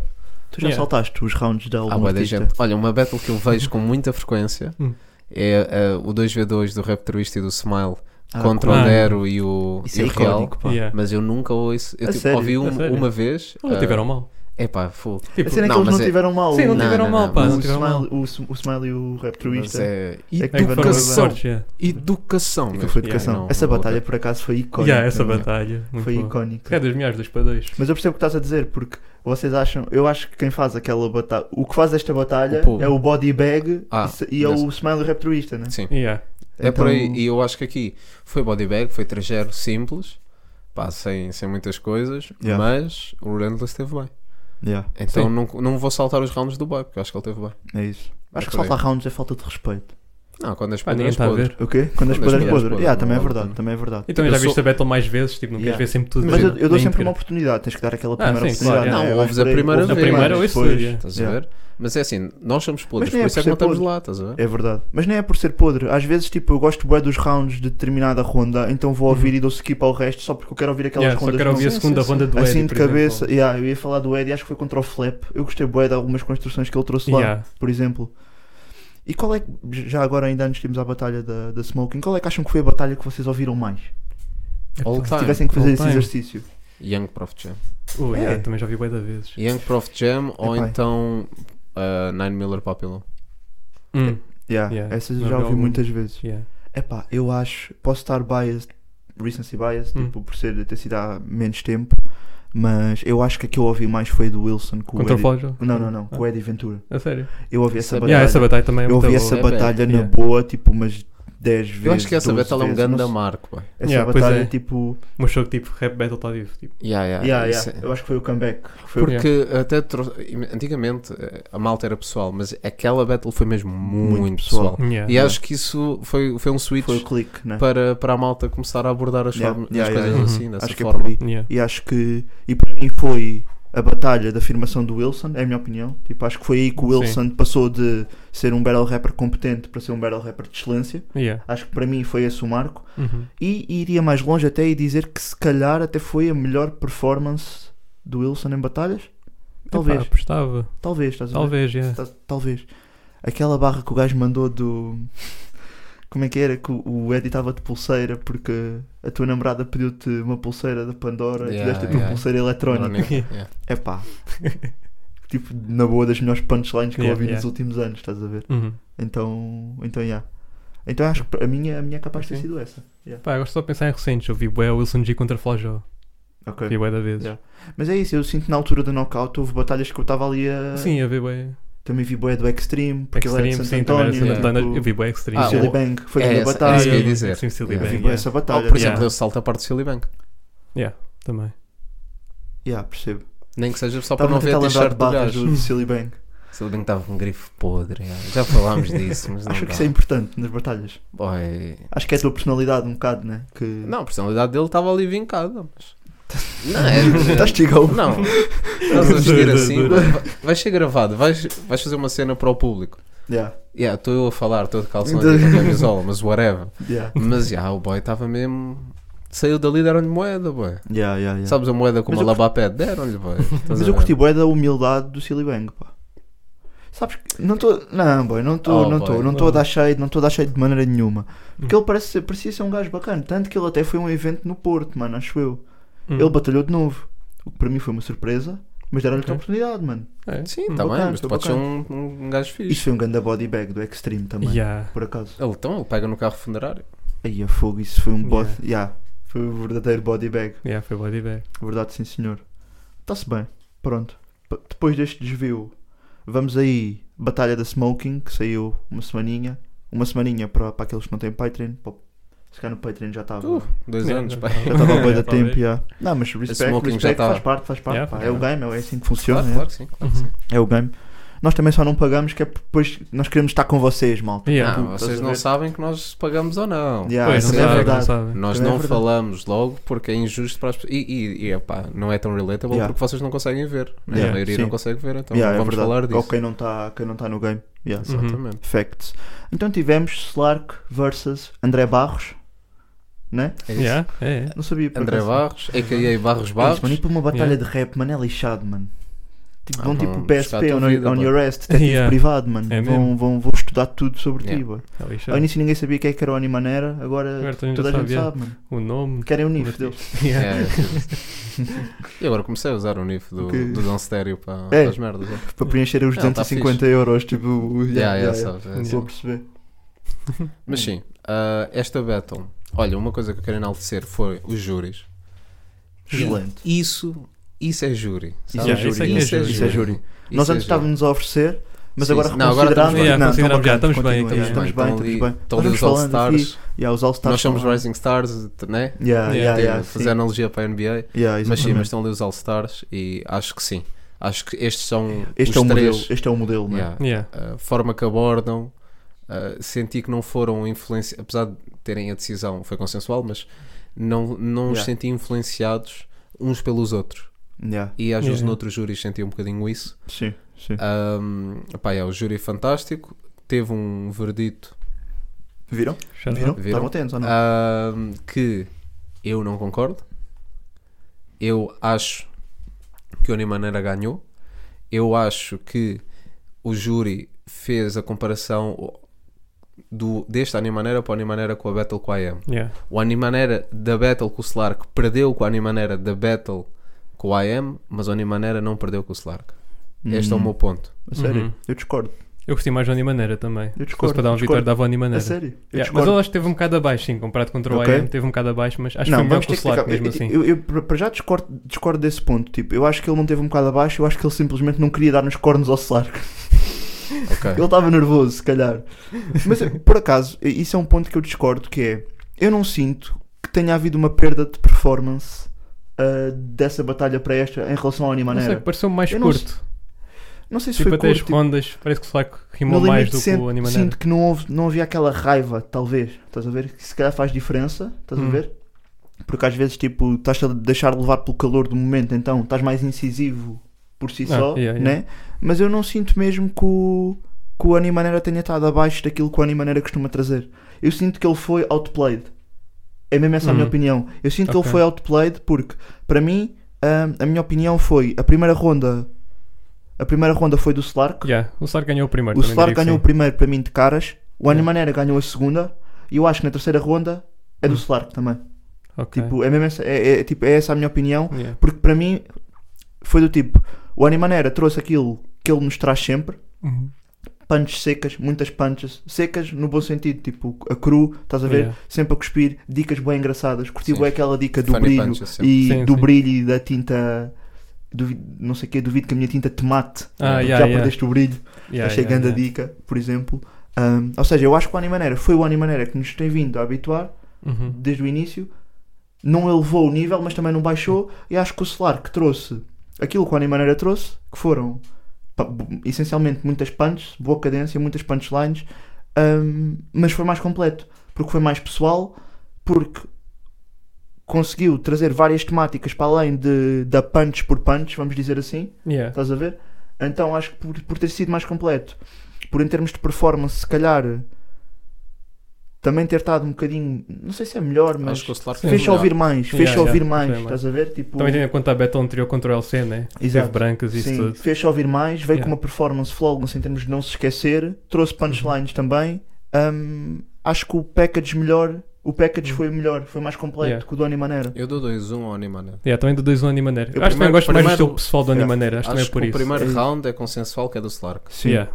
Tu já
Yeah.
saltaste os rounds da
Há
alguma
bué da
artista.
gente. Olha, uma battle que eu vejo com muita frequência
Hum.
é eh, o 2v2 do Raptorista e do Smile
Ah,
contra
claro.
o Nero e o,
Isso
e
é
o Real.
icónico, pá.
Yeah.
Mas eu nunca ouço. Eu
A
tipo,
sério?
ouvi um-
A sério?
uma vez.
Eles não tiveram mal.
É pá, full.
A
Tipo,
cena é que
Não,
eles não
mas é-
tiveram mal.
Sim, não
o-
Não,
tiveram
não,
mal,
não,
pá.
o
Não tiveram
smile-
mal.
o, s- o Smile e o
Mas
Raptorista.
é.
É que tiveram
Educação.
Fortes, yeah.
Educação.
Aquilo
mesmo.
foi educação.
Yeah, é, não,
essa
não,
batalha, é
outra.
por acaso, foi icónica. é?
Yeah, essa
mano.
batalha. Muito
Foi
Uhum.
boa.
icónica.
É dos melhores, dois para dois.
Mas eu percebo o que estás a dizer, porque vocês acham, eu acho que quem faz aquela batalha, o que faz esta batalha
O povo.
é o body bag
Ah,
e se- e, é
mas-
o smile rapturista, né?
Sim.
Yeah.
É
Então-
por aí, e eu acho que aqui foi body bag, foi 3-0 simples, pá, sem, sem muitas coisas,
Yeah.
mas o Relentless esteve bem.
Yeah,
Então
Sim.
não, não vou saltar os rounds do boy, porque eu acho que ele esteve bem.
é isso. Acho
É
que
por aí.
saltar rounds é falta de respeito.
Não, tá quando as
Pá, ninguém
pedras
está a
podres.
ver.
O quê? Quando as
Quando as
pedras
pedras
podres.
podres,
Yeah,
não
também é
vale a
verdade,
pena.
também é verdade.
Então
Eu
já
sou-
viste a battle mais vezes, tipo, não
Yeah.
queres ver sempre tudo.
Mas eu,
na-
eu
na
dou sempre uma
íntegra.
oportunidade, tens que dar aquela
Ah,
primeira
sim,
oportunidade.
claro, yeah.
eu
Não,
acho
ouves a
por aí.
primeira
Ouves
Na
vez. é?
primeira ou
depois.
isso? yeah.
Estás a
Yeah.
ver? Mas é assim, nós somos podres,
nem
por
é
isso
por
é que não
ser
estamos
podre.
lá, estás a ver?
É verdade. Mas nem é por ser podre. Às vezes, tipo, eu gosto bué dos rounds de determinada ronda, então vou
Uhum.
ouvir e dou skip ao resto só porque eu quero ouvir aquelas
Yeah, Só
rondas
quero
não-
ouvir a
Sim,
segunda
sim,
ronda do Eddie,
Assim de
por exemplo.
cabeça, yeah, eu ia falar do Eddie, acho que foi contra o Flap. Eu gostei bué de algumas construções que ele trouxe lá,
Yeah.
por exemplo. E qual é que, já agora, ainda antes tínhamos a batalha da, da Smoking, qual é que acham que foi a batalha que vocês ouviram mais?
All
Epá.
Se
time.
tivessem que
Ah,
fazer
Não
esse
tem.
exercício.
Young Prof Jam.
tá- Ui,
É.
yeah, também já vi bué da vezes.
Young Prof Jam, ou
Epá.
então uh, Nine Miller Papillon.
Hum,
Yeah,
Yeah.
Essas eu
Não
já
vi
ouvi
algum.
muitas vezes.
yeah.
Epá, eu acho, posso estar biased, recency biased,
Hum.
tipo, por ser, ter sido há menos tempo, mas eu acho que a que eu ouvi mais foi do Wilson com
Contra o
o Eddie.
Flávio?
Não, não, não, com o
Ah,
Eddie Ventura.
A sério?
Eu ouvi essa
Essa-
batalha.
Yeah, essa batalha também é
eu
muito boa.
ouvi essa
É,
batalha na
yeah.
boa, tipo, umas 10 vezes.
Eu acho que essa
12
battle é um
vezes,
grande
não sei.
marco. pá.
Essa
Yeah, pois
batalha,
é.
tipo,
Mas só que tipo, rap battle está vivo. Tipo,
Yeah, yeah,
yeah,
isso
yeah,
é-
eu acho que foi o comeback. Foi o-
Porque até tro- antigamente eh, a malta era pessoal, mas aquela battle foi mesmo muito,
Muito pessoal.
pessoal.
yeah.
E acho que isso foi, foi um switch
foi o clique, né?
para, para a malta começar a abordar as,
Yeah,
formas-
yeah,
as
yeah,
coisas
yeah.
assim, dessa
Acho que é por
forma.
aí.
Yeah.
E acho que, e para mim foi a batalha da afirmação do Wilson, é a minha opinião. Tipo, acho que foi aí que o
Sim.
Wilson passou de ser um battle rapper competente para ser um battle rapper de excelência.
Yeah.
Acho que para mim foi esse o marco.
Uhum.
E iria mais longe até e dizer que se calhar até foi a melhor performance do Wilson em batalhas. Talvez,
Epá, apostava.
talvez, estás a ver?
Talvez, yeah.
Ta- Tá, Talvez. Aquela barra que o gajo mandou do. Como é que era? Que o- o Eddie estava de pulseira porque a tua namorada pediu-te uma pulseira da Pandora e tipo, um
Yeah,
tu deste a tua
yeah.
pulseira eletrónica.
Não, nem- yeah.
É pá. tipo, na boa das melhores punchlines que eu
Yeah,
ouvi nos
yeah.
últimos anos, estás a ver?
Uhum.
Então. Então, yeah. Então acho que a minha, a minha é capaz de ter
Sim.
sido essa. Yeah.
Pá, eu gosto só de pensar em recentes. Eu vi bué Wilson G contra Flajó.
Ok.
Vi bué da vez.
Yeah. Mas é isso, eu sinto que na altura do knockout houve batalhas que eu estava ali a.
Sim, eu vi bué
Também vi boé do Extreme, porque ele era
Extreme,
de Santo
sim, também era
António.
Santo
yeah.
António.
tipo,
Eu vi bué Extreme.
Ah,
o Silly
o-
Bang foi
é
a minha
essa-
Ah,
é
batalha.
isso que eu ia
yeah,
dizer.
Extreme Silly
Yeah.
Eu
Bang,
vi
yeah.
bué essa
Ah,
batalha.
por exemplo,
Yeah.
deu salto a parte do Silly Bank.
Yeah, também.
Yeah, percebo.
Nem que seja só para
Estava
não
a
ver
tentar
a
lembrar de
t-shirt do
barras
gajo.
do Silly Bang.
Silly Bank estava com um grifo podre. yeah. Já falámos disso, mas não
Acho que
dá.
isso é importante nas batalhas.
Boy.
Acho que é a tua personalidade um bocado, né? Que
Não, a personalidade dele estava ali vincada, mas. Não, é-
estás tigão.
Não, estás a vestir assim. vai- Vai ser gravado, vais, vais fazer uma cena para o público.
Yeah,
Yeah, estou eu a falar, estou de calção
Então-
aqui com a camisola, mas whatever.
yeah.
Mas já, o boy estava mesmo. Saiu dali, deram-lhe moeda, boy.
Yeah, yeah, yeah.
Sabes a moeda com
Mas
uma
eu curti-
lava a pé? Deram-lhe, boy. Estás
Mas
a
eu
ver?
curti bué da humildade do Silly Bang, pá. Sabes que. Não estou. Não, boy, não estou
Oh,
não
boy, Hum.
tô- não tô a
não.
dar shade, não estou a dar shade de maneira nenhuma. Porque ele parece, ser- parecia ser um gajo bacana. Tanto que ele até foi a um evento no Porto, mano, acho eu.
Hum.
Ele batalhou de novo. O que para mim foi uma surpresa, mas deram-lhe a
Ok.
oportunidade, mano.
É.
Sim, está bem,
Bacana,
mas tu
tô
podes ser
bacana.
um, um gajo fixe.
Isso foi um ganda body bag do Extreme também.
Yeah.
Por acaso.
Ele, então, ele pega no carro funerário.
Aí a fogo, isso foi um
Yeah.
body. Yeah, foi um verdadeiro body bag.
Yeah, foi boa ideia.
Verdade, sim, senhor. Está-se bem. Pronto. P- depois deste desvio, vamos aí. Batalha da Smoking, que saiu uma semaninha. Uma semaninha para, para aqueles que não têm Patreon. Pá, se calhar no Patreon já estava.
Uh, dois
Yeah,
anos,
não,
pá.
não.
Já estava a
Já
boia da
talvez.
tempo, já. Não, mas respect,
Smoking já
respect
tava.
faz parte, faz parte.
Yeah,
pá.
faz
É o
parte.
game, é assim que funciona.
Claro,
é.
claro, que sim, claro que sim.
Uhum.
É o game. Nós também só não pagamos, que é porque depois nós queremos estar com vocês, malta.
Yeah.
Não,
estás
vocês
a
não
ver?
sabem que nós pagamos ou não.
Yeah,
Pois,
isso
não
é
sabem,
verdade.
não sabem.
Nós
Também é
não
verdade.
falamos logo porque é injusto para as pessoas. E, e, e, epá, não é tão relatable
Yeah.
porque vocês não conseguem ver. né?
Yeah,
A maioria
sim.
não consegue ver, então
Yeah, é
vamos
verdade.
falar disso.
Ou quem não está tá no game. Yeah.
Uhum.
Exatamente.
Facts. Então tivemos Slark versus André Barros. Né?
É isso.
Yeah, é, é.
Não sabia. por
André
acaso.
Barros, a.k.a. Barros
É isso,
Barros.
Mano, e para uma batalha
Yeah.
de rap, mano, é lixado, mano. Tipo,
Ah,
vão
vão
tipo
buscar a
PSP
tua
on,
vida,
on
pá.
your ass, detetive
Yeah.
privado, mano.
É
vão,
mesmo.
vão, vão estudar tudo sobre ti,
Yeah.
bó.
é
Ao
lixado.
início ninguém sabia quem é que era o Animanera, agora,
Agora toda a
toda,
gente
a
sabe,
gente
yeah.
sabe, mano.
O nome.
Querem o nível
Mas-
deles.
Yeah.
É, é isso. e agora comecei a usar o NIF do,
Ok.
do Don Stereo para,
É.
para as merdas. ó.
Para preencher os
Não, tá
250 euros, tipo.
Yeah, yeah,
yeah, yeah, yeah.
sabes, é
Estou a
assim.
perceber.
Mas sim, ah, esta battle. Olha, uma coisa que eu quero enaltecer foi os júris.
Excelente.
Isso, isso é júri. sabes?
Yeah, isso é que é júri.
Isso é júri.
Isso
Nós
é
antes
júri.
estávamos a oferecer, mas
Sim,
agora
sim. Não, agora
reconsiderámos-
estamos bem.
não,
Yeah, consideramos,
bacana,
já, estamos bem,
continua,
estamos
yeah,
bem.
estamos bem,
Estão
estamos
ali-
bem.
estão ali
Nós vamos
os All
falando
Stars.
aqui, yeah, os All Stars
Nós somos
estão lá.
Rising Stars, né?
Yeah, yeah,
Yeah,
yeah,
Fazer
sim.
analogia para a NBA.
Yeah,
Mas sim,
exatamente.
mas estão ali os All-Stars e acho que sim. Acho que estes são
Este é o
os
modelo,
três.
este é o modelo, né?
Yeah.
Yeah.
A forma que abordam, uh, senti que não foram influenciados, apesar de terem a decisão, foi consensual, mas não, não os
Yeah.
senti influenciados uns pelos outros.
Yeah,
E às vezes
Yeah.
noutros júris senti um bocadinho isso.
Sim, sim.
Um, epá, é, o júri é fantástico, teve um verdito
Viram?
Shut
Viram?
up.
Viram? Ah,
Estavam atentos ou não?
Ahm, que eu não concordo. Eu acho que o Maneira ganhou. Eu acho que o júri fez a comparação do, deste Animaneira para o Animaneira com a Battle com a IM.
Yeah.
O Animaneira da Battle com o Slark perdeu com o Animaneira da Battle com a IM, mas o Animaneira não perdeu com o Slark. Este é o
Hum,
meu ponto.
A sério,
Uhum.
eu discordo.
Eu gostei mais do Andy Maneira também.
Eu
Se fosse
discordo.
para dar um vitória,
discordo.
dava o Andy
A
Maneira.
sério, eu
Yeah, mas
discordo.
ele acho que teve um bocado abaixo, sim, comparado contra o
Ok.
AM, teve um bocado abaixo, mas acho
não,
que foi melhor
vamos
que o
ter que
Slack
ficar-
mesmo assim.
eu, eu, eu para já discordo, discordo desse ponto. Tipo, eu acho que ele não teve um bocado abaixo, eu acho que ele simplesmente não queria dar nos cornos ao Slark.
Ok.
Ele estava nervoso, se calhar. Mas por acaso, isso é um ponto que eu discordo, que é eu não sinto que tenha havido uma perda de performance ah, dessa batalha para esta em relação
Não sei,
ao Animaneira.
pareceu-me mais
Eu não
curto.
Não sei se
Tipo,
foi
até
curto,
as
tipo,
rondas, parece que o Slack
no
rimou
limite
mais do que
sinto,
o Andy Maneira.
sinto que não, houve, não havia aquela raiva, talvez. Estás a ver? Que se calhar faz diferença, estás a
Hum.
ver? Porque às vezes, tipo, estás a deixar levar pelo calor do momento, então estás mais incisivo por si
Ah,
só,
yeah, yeah.
né? Mas eu não sinto mesmo que o, que o Animaneira tenha estado abaixo daquilo que o Animaneira costuma trazer. Eu sinto que ele foi outplayed. É mesmo essa a minha
Hum.
opinião. Eu sinto que
Ok.
ele foi outplayed porque, para mim, hum, a minha opinião foi a primeira ronda. A primeira ronda foi do Slark.
Yeah, o Slar ganhou o primeiro.
O
também
Slar
diria que
ganhou o
sim.
primeiro para mim de caras, o
Yeah.
Animanera ganhou a segunda e eu acho que na terceira ronda é do
Hum.
Slar também.
Ok.
Tipo, é, mesmo essa, é, é- tipo, é essa a minha opinião,
Yeah.
porque para mim foi do tipo: o Animanera trouxe aquilo que ele nos traz sempre,
Uhum.
punches secas, muitas punches secas no bom sentido, tipo a cru, estás a ver?
Yeah.
Sempre a cuspir, dicas bem engraçadas. Curti
Sim.
bem aquela dica do
Funny
brilho
punches, sempre.
e
Sim,
do
sim.
brilho e da tinta. duvi- não sei o que, duvido que a minha tinta te mate.
Ah,
porque
yeah,
já
yeah.
perdeste o brilho.
Yeah,
Achei
yeah, yeah.
grande Tá a dica, por exemplo. Ahm, ou seja, eu acho que o Animaneira foi o Animaneira que nos tem vindo a habituar
Uhum.
desde o início. Não elevou o nível, mas também não baixou. E acho que o Solar que trouxe aquilo que o Animaneira trouxe, que foram pa- bu- essencialmente muitas punches, boa cadência, muitas punchlines, ahm, mas foi mais completo, porque foi mais pessoal, porque conseguiu trazer várias temáticas para além de, da punch por punch, vamos dizer assim.
Yeah.
Estás a ver? Então acho que por, por ter sido mais completo, por em termos de performance, se calhar também ter estado um bocadinho. Não sei se é melhor, mas
Acho que o Slark foi
fez-se
melhor.
ouvir mais,
Yeah,
fez-se
yeah,
ouvir
foi
mais,
mais.
estás a ver? Tipo,
é, Também tendo em conta a battle anterior contra o LC, né?
Exato.
Teve brancas e isso
sim,
tudo.
fez-se ouvir mais, veio
Yeah.
com uma performance flawless em termos de não se esquecer, trouxe punchlines
Uhum.
também. Hum, acho que o package melhor, o package foi melhor, foi mais completo
Uhum. Yeah.
que o Donny Maneira.
Eu dou 2-1 ao Animaneira.
Yeah, também do 2 1 Animaneira.
Eu
Acho que também
primeiro-
gosto mais do
primeiro-
estilo pessoal do
Yeah.
Animaneira, acho que também é
Acho que
por
o
isso.
primeiro
É isso.
round é consensual que é do Slark.
Sim.
Yeah,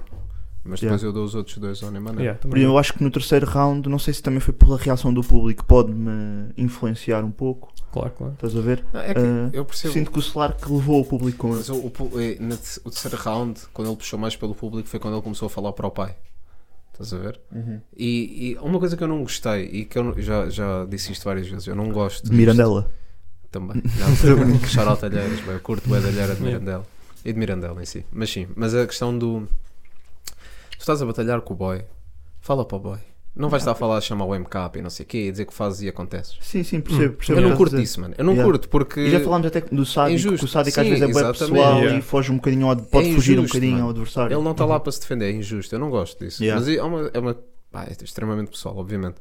Mas depois eu dou os outros dois ao é? Animaneira.
yeah,
Por
também.
exemplo, Eu acho que no terceiro round, não sei se também foi pela reação do público, pode-me influenciar um pouco,
Claro, claro.
estás a ver?
Não, é que
Ah,
eu percebo.
Sinto que o Solar que levou o público com ele.
Mas o, o pu- eh, na te- o terceiro round, quando ele puxou mais pelo público, foi quando ele começou a falar para o pai. Estás a ver?
Uhum.
E, e uma coisa que eu não gostei e que eu não- já, já disse isto várias vezes, eu não gosto
De Mirandela.
disto também. Não, Charal Talheiras, bem, eu curto o Edalheira de Mirandela e de Mirandela em si. Mas sim, mas a questão do tu estás a batalhar com o boy, fala para o boy. Não vais estar a falar a chamar o MK e não sei o quê e dizer que fazes e aconteces.
Sim, sim, percebo. percebo
Hum. Eu não
o que estás
curto
a dizer.
isso, mano. Eu não
Yeah.
curto porque
E já falámos até do Sádico,
Injusto.
que o Sádico às
Sim,
vezes é bem
exatamente.
pessoal
Yeah.
e foge um bocadinho, ao, pode
É
fugir um
injusto,
bocadinho
mano.
ao adversário.
Ele não está lá para se defender, é injusto. Eu não gosto disso.
Uhum. Yeah.
Mas é uma. É uma pá, é extremamente pessoal, obviamente.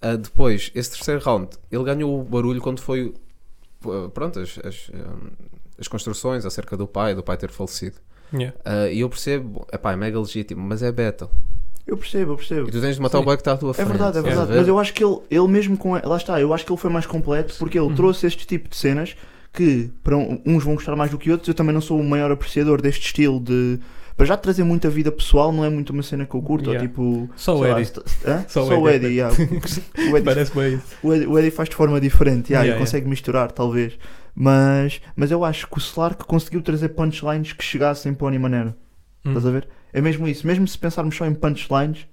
Ah, depois, esse terceiro round, ele ganhou o barulho quando foi. ah, Pronto, as, as, ah, as construções acerca do pai, do pai ter falecido.
Yeah.
Ah, e eu percebo, epá, é mega legítimo, mas é battle.
Eu percebo, eu percebo.
E tu tens de matar o boy que está à tua
É
frente.
verdade, é
estás a
verdade.
ver?
Mas eu acho que ele, ele mesmo com. Lá está, eu acho que ele foi mais completo porque
Hum.
ele trouxe este tipo de cenas que para um- uns vão gostar mais do que outros. Eu também não sou o maior apreciador deste estilo de. Para já trazer muita vida pessoal, não é muito uma cena que eu curto. ou
Yeah.
tipo.
Só o
sei lá,
Eddie.
st- st- hã?
Só o
Só o
Eddie.
Eddie, yeah. O Eddie
Parece bem isso.
O Eddie, o Eddie faz de forma diferente, yeah,
Yeah,
e consegue misturar, talvez. Mas, mas eu acho que o Slark conseguiu trazer punchlines que chegassem para o Animanera.
Hum.
Estás a ver? É mesmo isso. Mesmo se pensarmos só em punchlines,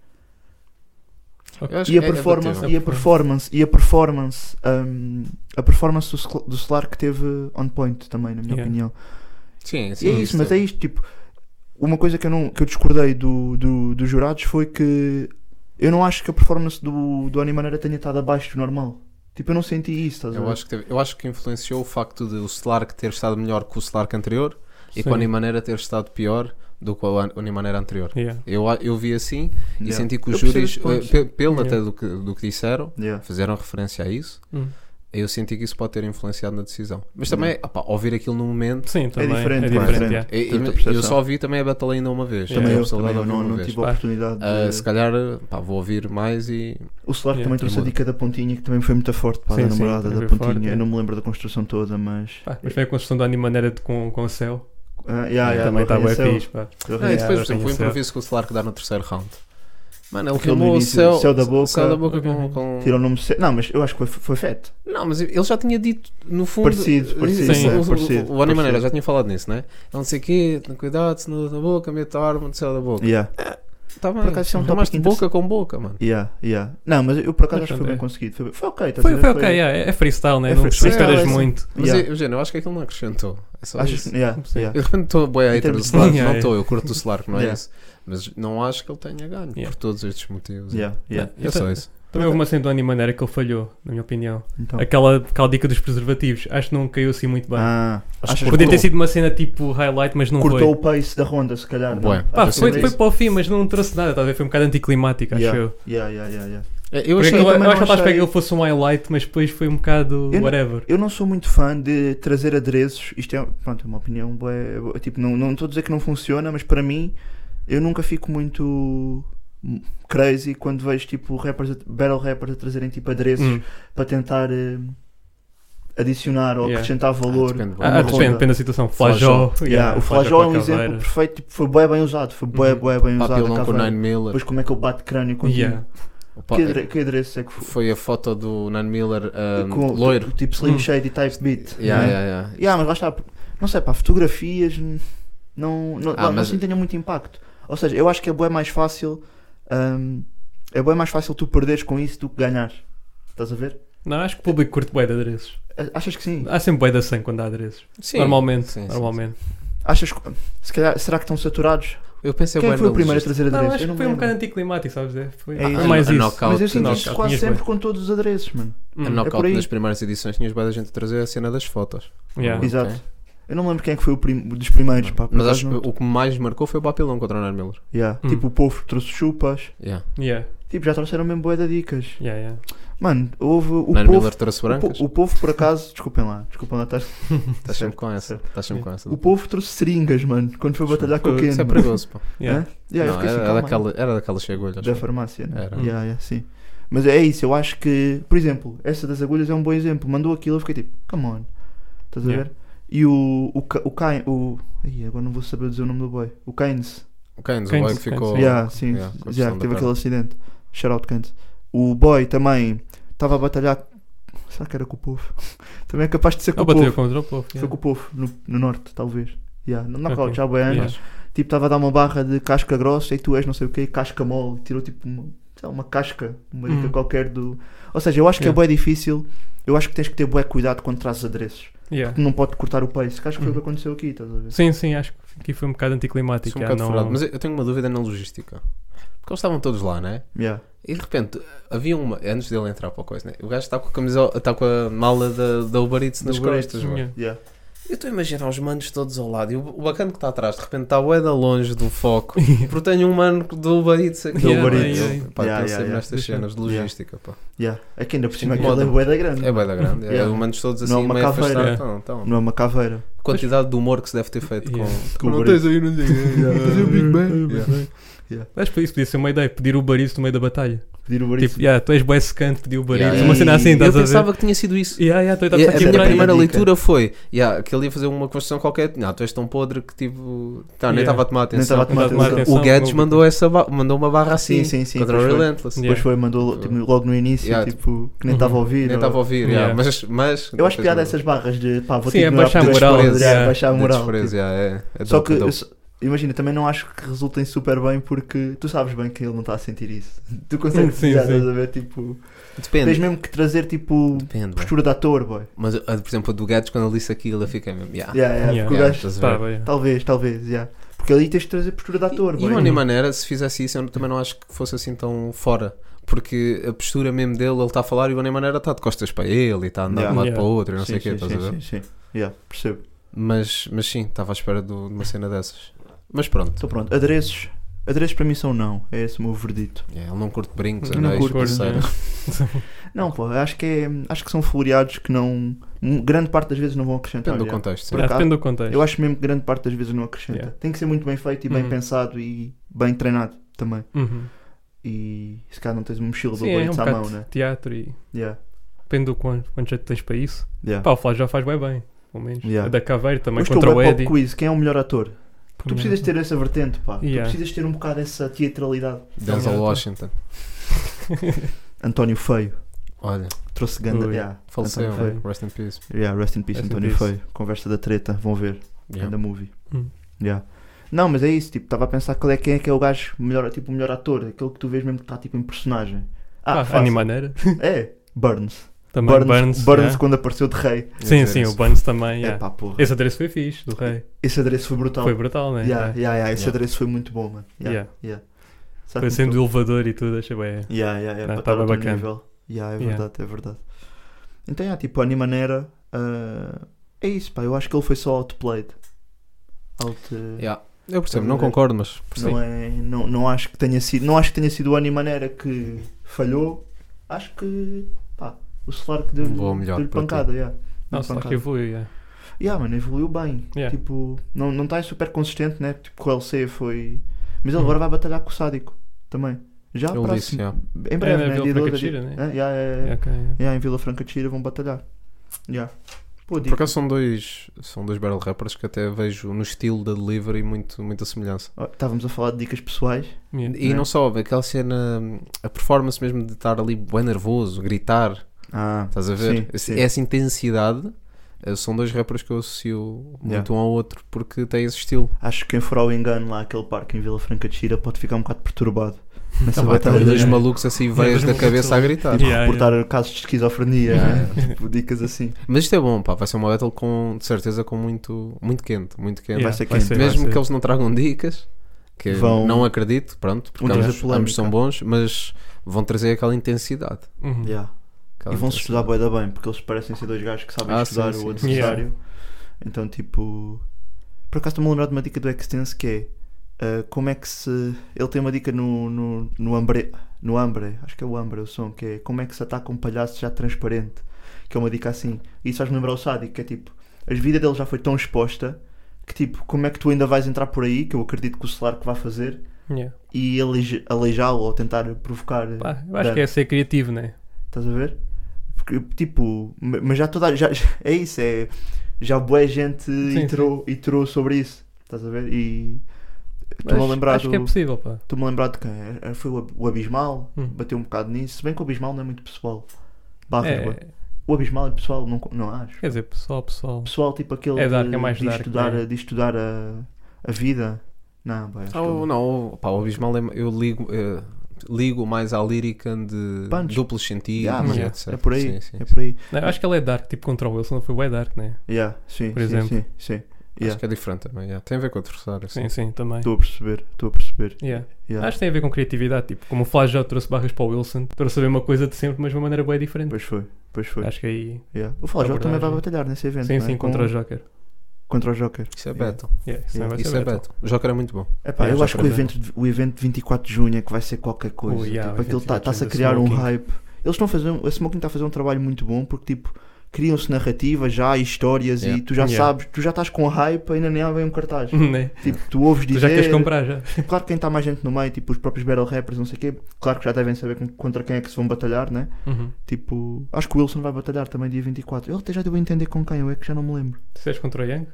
Eu acho
e a
que é- é
performance,
debatível.
e a performance, e a performance, hum, a performance do, Scl- do Solar que teve on point também, na minha
Yeah.
opinião.
Sim, sim.
E é isso, mas é isto, tipo, uma coisa que eu, não, que eu discordei do, do, dos jurados foi que eu não acho que a performance do, do Animaneira tenha estado abaixo do normal. Tipo, eu não senti isso, estás a
Eu
ver?
acho, que teve- eu acho que influenciou o facto de o Slark ter estado melhor que o Slark anterior e
Sim.
com a Animaneira ter estado pior do que a Animaneira anterior.
Yeah.
Eu, a- eu vi assim e
Yeah.
senti que os
Eu percebo
júris,
os pontos.
eh, pe- pelo
Yeah.
até do que, do que disseram,
Yeah.
fizeram referência a isso.
Hum.
Eu senti que isso pode ter influenciado na decisão. Mas também, opá, ouvir aquilo no momento.
Sim, também.
diferente,
é
pá, é
diferente.
diferente.
yeah.
e- e-
Tanta
eu,
percepção.
só ouvi também a batalha ainda uma vez.
Yeah. é
Também
Tive a
eu,
possibilidade
também
de
eu
ouvir
não,
uma
não
vez.
tive a
Pá.
oportunidade
Ah,
de...
se calhar pá, vou ouvir mais e.
O Solar
Yeah.
também trouxe a
Muda.
dica da pontinha, que também foi muito forte, pá,
Sim,
da
sim,
namorada
também
da
foi
pontinha.
forte,
eu
é. Ah,
não me lembro da construção toda, mas...
Pá, mas foi a construção da Animaneira de- com, com o céu.
Ah, yeah, yeah,
também
do
está bem
Arranha-Céu.
fixe, pá.
Não,
Do
e
Arranha-Céu.
Yeah,
depois, por exemplo, foi um
reconheceu.
improviso que o Solar que dá no terceiro round. Mano, ele
Aquele
filmou
é do
o
início,
céu,
Céu da Boca.
Céu da boca com.
É.
com-
Tirou o nome. certo. Não, mas eu acho que foi, foi Fete.
Não, mas ele já tinha dito, no fundo.
Parecido, parecido,
Sim. é,
o,
parecido,
o, o Oni Maneira
parecido.
já tinha falado nisso, né? Não sei o quê, cuidado, se da boca, mete a arma no céu da boca.
Yeah,
Tá bem,
Por acaso isso é um
tomaste
tópico
boca com boca, mano.
yeah, yeah. Não, mas eu por acaso
Mas
acho que foi
pronto,
bem
é.
conseguido. Foi, bem- foi ok, estás a
Foi,
ver?
foi ok, yeah, é é freestyle, né?
É
não
freestyle,
esperas
é assim.
muito.
Mas
Yeah.
eu, Eugênio, eu acho que aquilo não acrescentou. É só
Achas-
isso.
yeah,
Sim.
yeah.
Eu realmente estou a boia hater do
termos de-
Slark,
Yeah,
não
yeah.
estou, eu curto o Slark, não é
Yeah.
isso. Mas não acho que ele tenha ganho
Yeah.
por todos estes motivos.
Yeah, yeah.
É só isso.
tá-
Também houve uma cena do Annie Maneira que ele falhou, na minha opinião.
Então.
Aquela, aquela dica dos preservativos, acho que não caiu assim muito bem.
Ah, acho que
Podia ter
cortou,
sido uma cena tipo highlight, mas não
cortou o
foi.
pace da ronda, se calhar. não? é
Bué.
Pá,
Eu
foi,
sei
foi
disso.
para o fim, mas não trouxe nada, talvez foi um bocado anticlimático, acho
Yeah,
eu.
yeah, yeah, yeah, yeah.
É, Eu
Porque
achei
eu, eu
também
acho que estava
não
à espera que
achei-
ele fosse um highlight, mas depois foi um bocado
Eu não-
whatever.
Eu não sou muito fã de trazer adereços. Isto é, pronto, é uma opinião. bué- bué- tipo, não não estou a dizer que não funciona, mas para mim, eu nunca fico muito crazy quando vejo tipo rappers, a- battle rappers a trazerem tipo adereços
Hum.
para tentar eh, adicionar ou
Yeah.
acrescentar valor.
depende, bué.
a uma
Ah, depende,
ronda.
depende da situação.
Flajol.
Flajó.
Yeah, o Flajol é um
com a
exemplo
caveira.
perfeito. Tipo, foi bué bem usado. Foi bué,
Uhum.
bué bem usado. a
Papilão com o
caveira.
Nine Miller.
Depois, como é que eu bato crânio com
Yeah.
O pa-
que, adre- que adereço é que foi?
Foi a foto do Nine Miller ahm,
com,
loiro.
Tipo Slim
Hum.
Shady Type Beat.
Yeah,
né?
yeah, yeah.
Yeah, mas lá está. Não sei, pá, fotografias n- não, não,
Ah,
não
mas-
assim tenha muito impacto. Ou seja, eu acho que é bué mais fácil. hum, é bué mais fácil tu perderes com isso do que ganhares. Estás a ver?
Não, acho que o público curte bué de adereços.
A- Achas que sim?
Há sempre bué da sangue quando há adereços.
Sim.
normalmente,
sim, sim,
normalmente.
Achas que. Se calhar, será que estão saturados?
Eu pensei
Quem é
bué
foi o
na
primeiro a
logística.
trazer
Não,
adereços?
acho
Eu
que
me
foi um
lembro.
bocado anticlimático, sabes? É, foi
É é isso.
mais
A
isso.
knockout,
Mas eu sinto
Não, é?
isso
já
quase
tinhas
sempre
bué.
com todos os adereços, mano.
Hum,
A knockout
aí.
nas primeiras edições tinhas bué da gente a trazer a cena das fotos.
yeah.
Ok.
Exato. Eu não me lembro quem é que foi o prim- dos primeiros, pá. por
Mas
acaso
acho
não-
que o que mais marcou foi o Papilão contra o Nine Miller.
Yeah.
Hum.
Tipo, o povo trouxe chupas.
Yeah.
Yeah,
Tipo, já trouxeram mesmo boé de dicas.
yeah, yeah.
Mano, houve. O
Nine
povo
Miller trouxe
O po-
brancas.
O, povo, por acaso, desculpem lá, desculpem lá, estás-
Estás sempre com essa. Estás sempre com essa.
o povo trouxe seringas, mano, quando foi batalhar com o Ken.
Isso é
mano.
perigoso, pô.
yeah.
Hã? Yeah,
Não,
eu fiquei assim,
era,
calma aí.
daquela, era daquelas chegulhas.
da farmácia, né?
Era.
Yeah, yeah, sim. Mas é isso, eu acho que, por exemplo, essa das agulhas é um bom exemplo. Mandou aquilo, eu fiquei tipo, come on, estás a
Yeah.
ver? E o, o, Ca- o Cain, o. Ai, agora não vou saber dizer o nome do boy. O Keynes.
O Keynes, o
Keynes,
boy que ficou.
Keynes.
yeah, sim,
Oh, yeah, com a
yeah,
questão da
teve aquele
perna.
acidente. Shout out Keynes. O boy também estava a batalhar. Será que era com o povo? também é capaz de ser com
Ele
o povo.
bateu contra o povo.
Foi com o povo, no, no norte, talvez. Yeah, no knockout,
Ok.
já há bem anos.
Yeah.
Tipo, estava a dar uma barra de casca grossa e tu és não sei o quê, casca mole. Tirou tipo uma, sei lá, uma casca, uma dica
Hum.
Uhum.
qualquer do. Ou seja, eu acho que
Yeah.
é bué difícil. Eu acho que tens que ter bué cuidado quando trazes adereços.
Yeah.
Tu não pode cortar o pace. que Acho que foi o que
Uhum.
aconteceu aqui, estás a ver?
Sim, sim, acho que aqui foi um bocado anticlimático.
Sou um
já,
bocado
não-
furado. Mas eu eu tenho uma dúvida na logística. Porque eles estavam todos lá, né?
Yeah.
E de repente havia uma. Antes dele entrar para a coisa, né? O gajo está com a camisola. Está com a mala da, da Uber Eats nas
Uber
costas, mano.
Yeah.
Yeah.
Eu estou a imaginar os manos todos ao lado e o o bacana que está atrás, de repente está bué da longe do foco, porque tem um mano do Uber Eats aqui.
Yeah,
Uber
Eu-
Eats.
eu- Pá,
Yeah,
penso sempre
yeah,
nestas
yeah.
cenas de logística, pá.
Yeah. É que ainda por cima
Sim,
aquilo é
moda.
bué da grande.
É bué da grande, é
Yeah.
os manos todos assim
Não é uma
meio
caveira.
afastados.
É.
Então, então.
Não é uma caveira.
Quantidade de humor que se deve ter feito
Yeah.
com...
Com
não
Uber
tens aí, não sei o quê.
Fazer o Big Bang.
Yeah.
Acho que isso podia ser uma ideia, pedir o barito no meio da batalha.
Pedir o barito.
Tipo, yeah, tu és bué secante, pedi o barito.
Yeah,
Uma
yeah.
cena assim,
Eu
estás a ver?
pensava que tinha sido isso.
Yeah, yeah,
E
tu
a
estás
a
aqui
minha
a
Era
primeira
dica.
leitura foi yeah, que ele ia fazer uma construção qualquer. Não, tu és tão podre que tipo. Tá, nem
Yeah.
estava a tomar
Nem
atenção.
estava a tomar
Tomar
atenção.
atenção.
O Guedes
Não-
mandou, essa ba- mandou uma barra assim
Sim, sim, sim.
contra o
depois foi.
Relentless.
Yeah.
Depois foi, mandou tipo, logo no início,
Yeah. Uhum.
tipo, que nem estava a ouvir.
Nem
ou-
estava a ouvir, yeah.
Yeah.
mas, mas.
Eu
depois
acho piada
não-
essas barras de pá, vou
Sim,
ter
é
que melhorar
baixar a
porque
moral,
és podre,
yeah.
é, baixar a
de
moral.
desprezo,
tipo.
yeah, é- é
Só
dope,
que
é dope.
eu- imagina, também não acho que resultem super bem porque tu sabes bem que ele não está a sentir isso. Tu consegues
Sim,
já,
sim.
estás a ver, tipo, tens
Depende.
mesmo que trazer tipo
Depende, bem.
postura de ator, boy.
Mas, ah, por exemplo, a do Guedes, quando ele disse aquilo, eu fiquei mesmo. Yeah.
Yeah, yeah,
Yeah.
porque o
Ah, Yeah,
gajo-
estás a ver?
Estava, yeah.
talvez, talvez, yeah. porque ali tens de trazer postura de ator,
E
boy.
o Annie Maneira, se fizesse isso, eu também não acho que fosse assim tão fora. Porque a postura mesmo dele, ele está a falar e o Annie Maneira está de costas para ele e está a andar de um
Yeah.
lado
Yeah.
para o outro e não sei
sim,
o quê,
sim,
estás a ver?
sim, sim, sim. Yeah, percebo.
Mas, mas sim, estava à espera do- de uma cena dessas. Mas pronto,
Então pronto, adereços. Adereços para mim são não, é esse o meu verdito.
yeah, ele não curte brincos,
Não né?
anéis,
curto,
pulseiras.
né?
Não, pô, acho que, é, acho que são floreados que não. Grande parte das vezes não vão acrescentar.
Depende do
yeah.
contexto. sim.
Yeah,
acaso,
Depende do contexto.
Eu acho mesmo que grande parte das vezes não acrescenta.
Yeah.
Tem que ser muito bem feito e bem
Uhum.
pensado e bem treinado também.
Uhum.
E se calhar não tens um mochila do
Sim, é um
Uber Eats à
bocado
mão, né?
teatro e
Yeah.
depende do quanto, quanto jeito tens para isso.
Yeah.
Pá, o Flávio já faz bem bem. pelo menos.
Yeah.
A da Caveiro também,
Mas que é
contra
o
o
Web
Eddie.
Pop Quiz, quem é o melhor ator? Tu precisas ter essa vertente, pá.
Yeah.
Tu precisas ter um bocado essa teatralidade.
Denzel
Ele-
Washington.
António Feio.
Olha,
Trouxe ganda.
Ui. né?
Yeah.
faleceu.
António Feio.
Rest in peace.
Yeah, rest in peace,
Rest in
António
peace.
Feio. Conversa da treta, vão ver.
Yeah.
Ganda movie.
Hum.
Yeah. Não, mas é isso, tipo, estava a pensar qual é quem é que é o gajo melhor, tipo, o melhor ator, aquele que tu vês mesmo que está tipo em personagem.
Ah,
fácil.
Fanny Maneira.
É, Burns.
Também
Burns,
Burns.
Burns,
yeah.
quando apareceu de rei.
Ia
Sim,
dizer
sim,
isso.
o Burns também.
É
yeah.
pá, porra.
Esse adereço foi fixe, do rei.
Esse adereço foi brutal.
Foi brutal, né?
Então, Yeah,
É.
yeah, yeah, esse
Yeah.
adereço foi muito bom, mano. Yeah, Tá
Yeah.
yeah. Sabe
Foi sendo
muito
do elevador e tudo, achei bem.
Yeah, yeah, yeah,
Não,
para estar
tava
a outro
bacana.
nível. Yeah, é
Yeah.
verdade, é verdade. Então, yeah, tipo, a Animanera ah, é isso, pá. Eu acho que ele foi só outplayed. Out, eh,
Yeah. Eu percebo, não
Estás a ver?
concordo, mas percebo.
não, é, não, não acho que tenha sido Não acho que tenha sido o Animanera que falhou. Acho que pá, o celular que deu-lhe
Boa, melhor
deu
para ti.
pancada. Yeah.
Não,
Deu-lhe
só que
pancada.
evoluiu, yeah.
Yeah, mano, evoluiu bem.
Yeah.
Tipo, não, não está super consistente, né? Tipo, com o LC foi. Mas ele
Uhum.
agora vai batalhar com o Sádico também. Já
Eu disse,
próximo.
yeah.
Em breve,
É, na
né?
Vila
Dia
Franca
dois,
de Xira,
dia- É, yeah, yeah, yeah.
Yeah, ok, yeah.
Yeah, em Vila Franca de Xira vão batalhar. Yeah. Pô,
Por
digo.
acaso são dois, são dois battle rappers que até vejo no estilo da delivery muito, muita semelhança.
Oh, Estávamos a falar de dicas pessoais.
Yeah.
E
É.
não só, aquela cena, a performance mesmo de estar ali bem nervoso, gritar,
Ah,
estás a ver?
Sim,
Esse-
sim.
Essa intensidade eh, são dois rappers que eu associo muito
Yeah.
um ao outro porque têm esse estilo.
Acho que quem for ao engano lá, aquele parque em Vila Franca de Xira, pode ficar um bocado perturbado nessa
Ah, pá,
batalha.
talvez.
dois
Yeah.
malucos assim
Yeah,
veias
dois
da
malucos
cabeça a gritar.
Tipo,
Yeah,
reportar casos de esquizofrenia,
Yeah.
né? tipo, dicas assim.
Mas isto é bom, pá, vai ser uma battle com, de certeza com muito, muito quente, muito quente.
Yeah,
ser
vai
quente.
ser, vai
Mesmo
ser.
que eles não tragam dicas, que
Vão-
não acredito, pronto, porque
Vão trazer
ambos,
polémica.
ambos são bons, mas vão trazer aquela intensidade.
Uhum.
Yeah.
Aquela
E vão-se
intensidade.
estudar bué da bem, porque eles parecem ser dois gajos que sabem
Ah,
estudar
sim,
o
sim.
adversário. Então, tipo. Por acaso estou-me a lembrar de uma dica do Extense que é. ah, como é que se. Ele tem uma dica no, no, no Ambre. No Ambre, acho que é o Ambre o som, que é como é que se ataca um palhaço já transparente. Que é uma dica assim. E isso faz-me lembrar o Sádico, que é tipo. A vida dele já foi tão exposta que tipo, como é que tu ainda vais entrar por aí, que eu acredito que o celular que vai fazer,
Yeah.
e elege- aleijá-lo ou tentar provocar.
Pá, eu acho que é ser criativo, né?
Estás a ver? Porque, tipo, ma- mas já toda. Já, já- é isso, é. Já boa gente
sim.
entrou, entrou sobre isso. Estás a ver? E. Estou-me a
Mas
lembrar
Acho que é
do.
possível, pá.
Estou-me a lembrar de quem? É- é- Foi o Ab- o Abismal,
Hum.
bateu um bocado nisso. Se bem que o Abismal não é muito pessoal. Barras, bué.
É,
O Abismal é pessoal, não, co- não acho.
quer dizer, pessoal, pessoal.
Pessoal, tipo aquele
É dark,
de,
é mais
de
dark,
estudar,
né?
de estudar a, a vida. Não, bem, acho
Ah, o-
que
não, o- pá, o Abismal é- eu ligo, eh, ligo mais à lírica de
Punch.
duplos sentidos,
Yeah, mas
e
é-
etc.
é por aí.
Sim, sim,
é
sim.
por aí.
Não, eu acho que ele é dark, tipo contra o Wilson, não foi bem dark, né?
Yeah, sim,
Por
sim,
exemplo.
sim, sim. Yeah.
Acho que é diferente também. yeah. Tem a assim. ver com o adversário.
Sim,
Sim.
sim, também.
Estou a perceber, estou a perceber.
Yeah.
Yeah.
Acho que tem a ver com criatividade, tipo, como o Flash já trouxe barras para o Wilson, trouxe a mesma coisa de sempre, mas de uma maneira bem diferente.
Pois foi, pois foi.
Acho que aí.
Yeah. O Flajó também vai
Abordagem.
batalhar nesse evento.
É. Sim,
não é?
sim,
Com-
contra o Joker.
contra o Joker.
Isso é
Yeah.
Beto.
Yeah, isso
Yeah,
não vai
Isso
ser
é
battle.
Beto. O Joker é muito bom.
Epá,
Yeah,
eu
já
acho que o
contra-
evento, de- o evento de 24 de junho é que vai ser qualquer coisa.
Oh, yeah,
tipo,
o
aquilo
24 de
tá- está-se a
junho,
criar um
Smoking.
hype. Eles estão a fazer. um- A Smoking está a fazer um trabalho muito bom porque, tipo, criam-se narrativas já, e histórias
Yeah.
e tu já
Yeah.
sabes, tu já estás com hype, ainda nem há bem um cartaz.
Né?
tipo, tu ouves
Tu
dizer.
já queres comprar já.
Claro que quem está mais gente no meio, tipo, os próprios battle rappers, não sei o quê, claro que já devem saber com- contra quem é que se vão batalhar, né?
Uhum.
Tipo, acho que o Wilson vai batalhar também dia 24. Ele até já deu a entender com quem, eu é que já não me lembro.
Tu és contra o Young?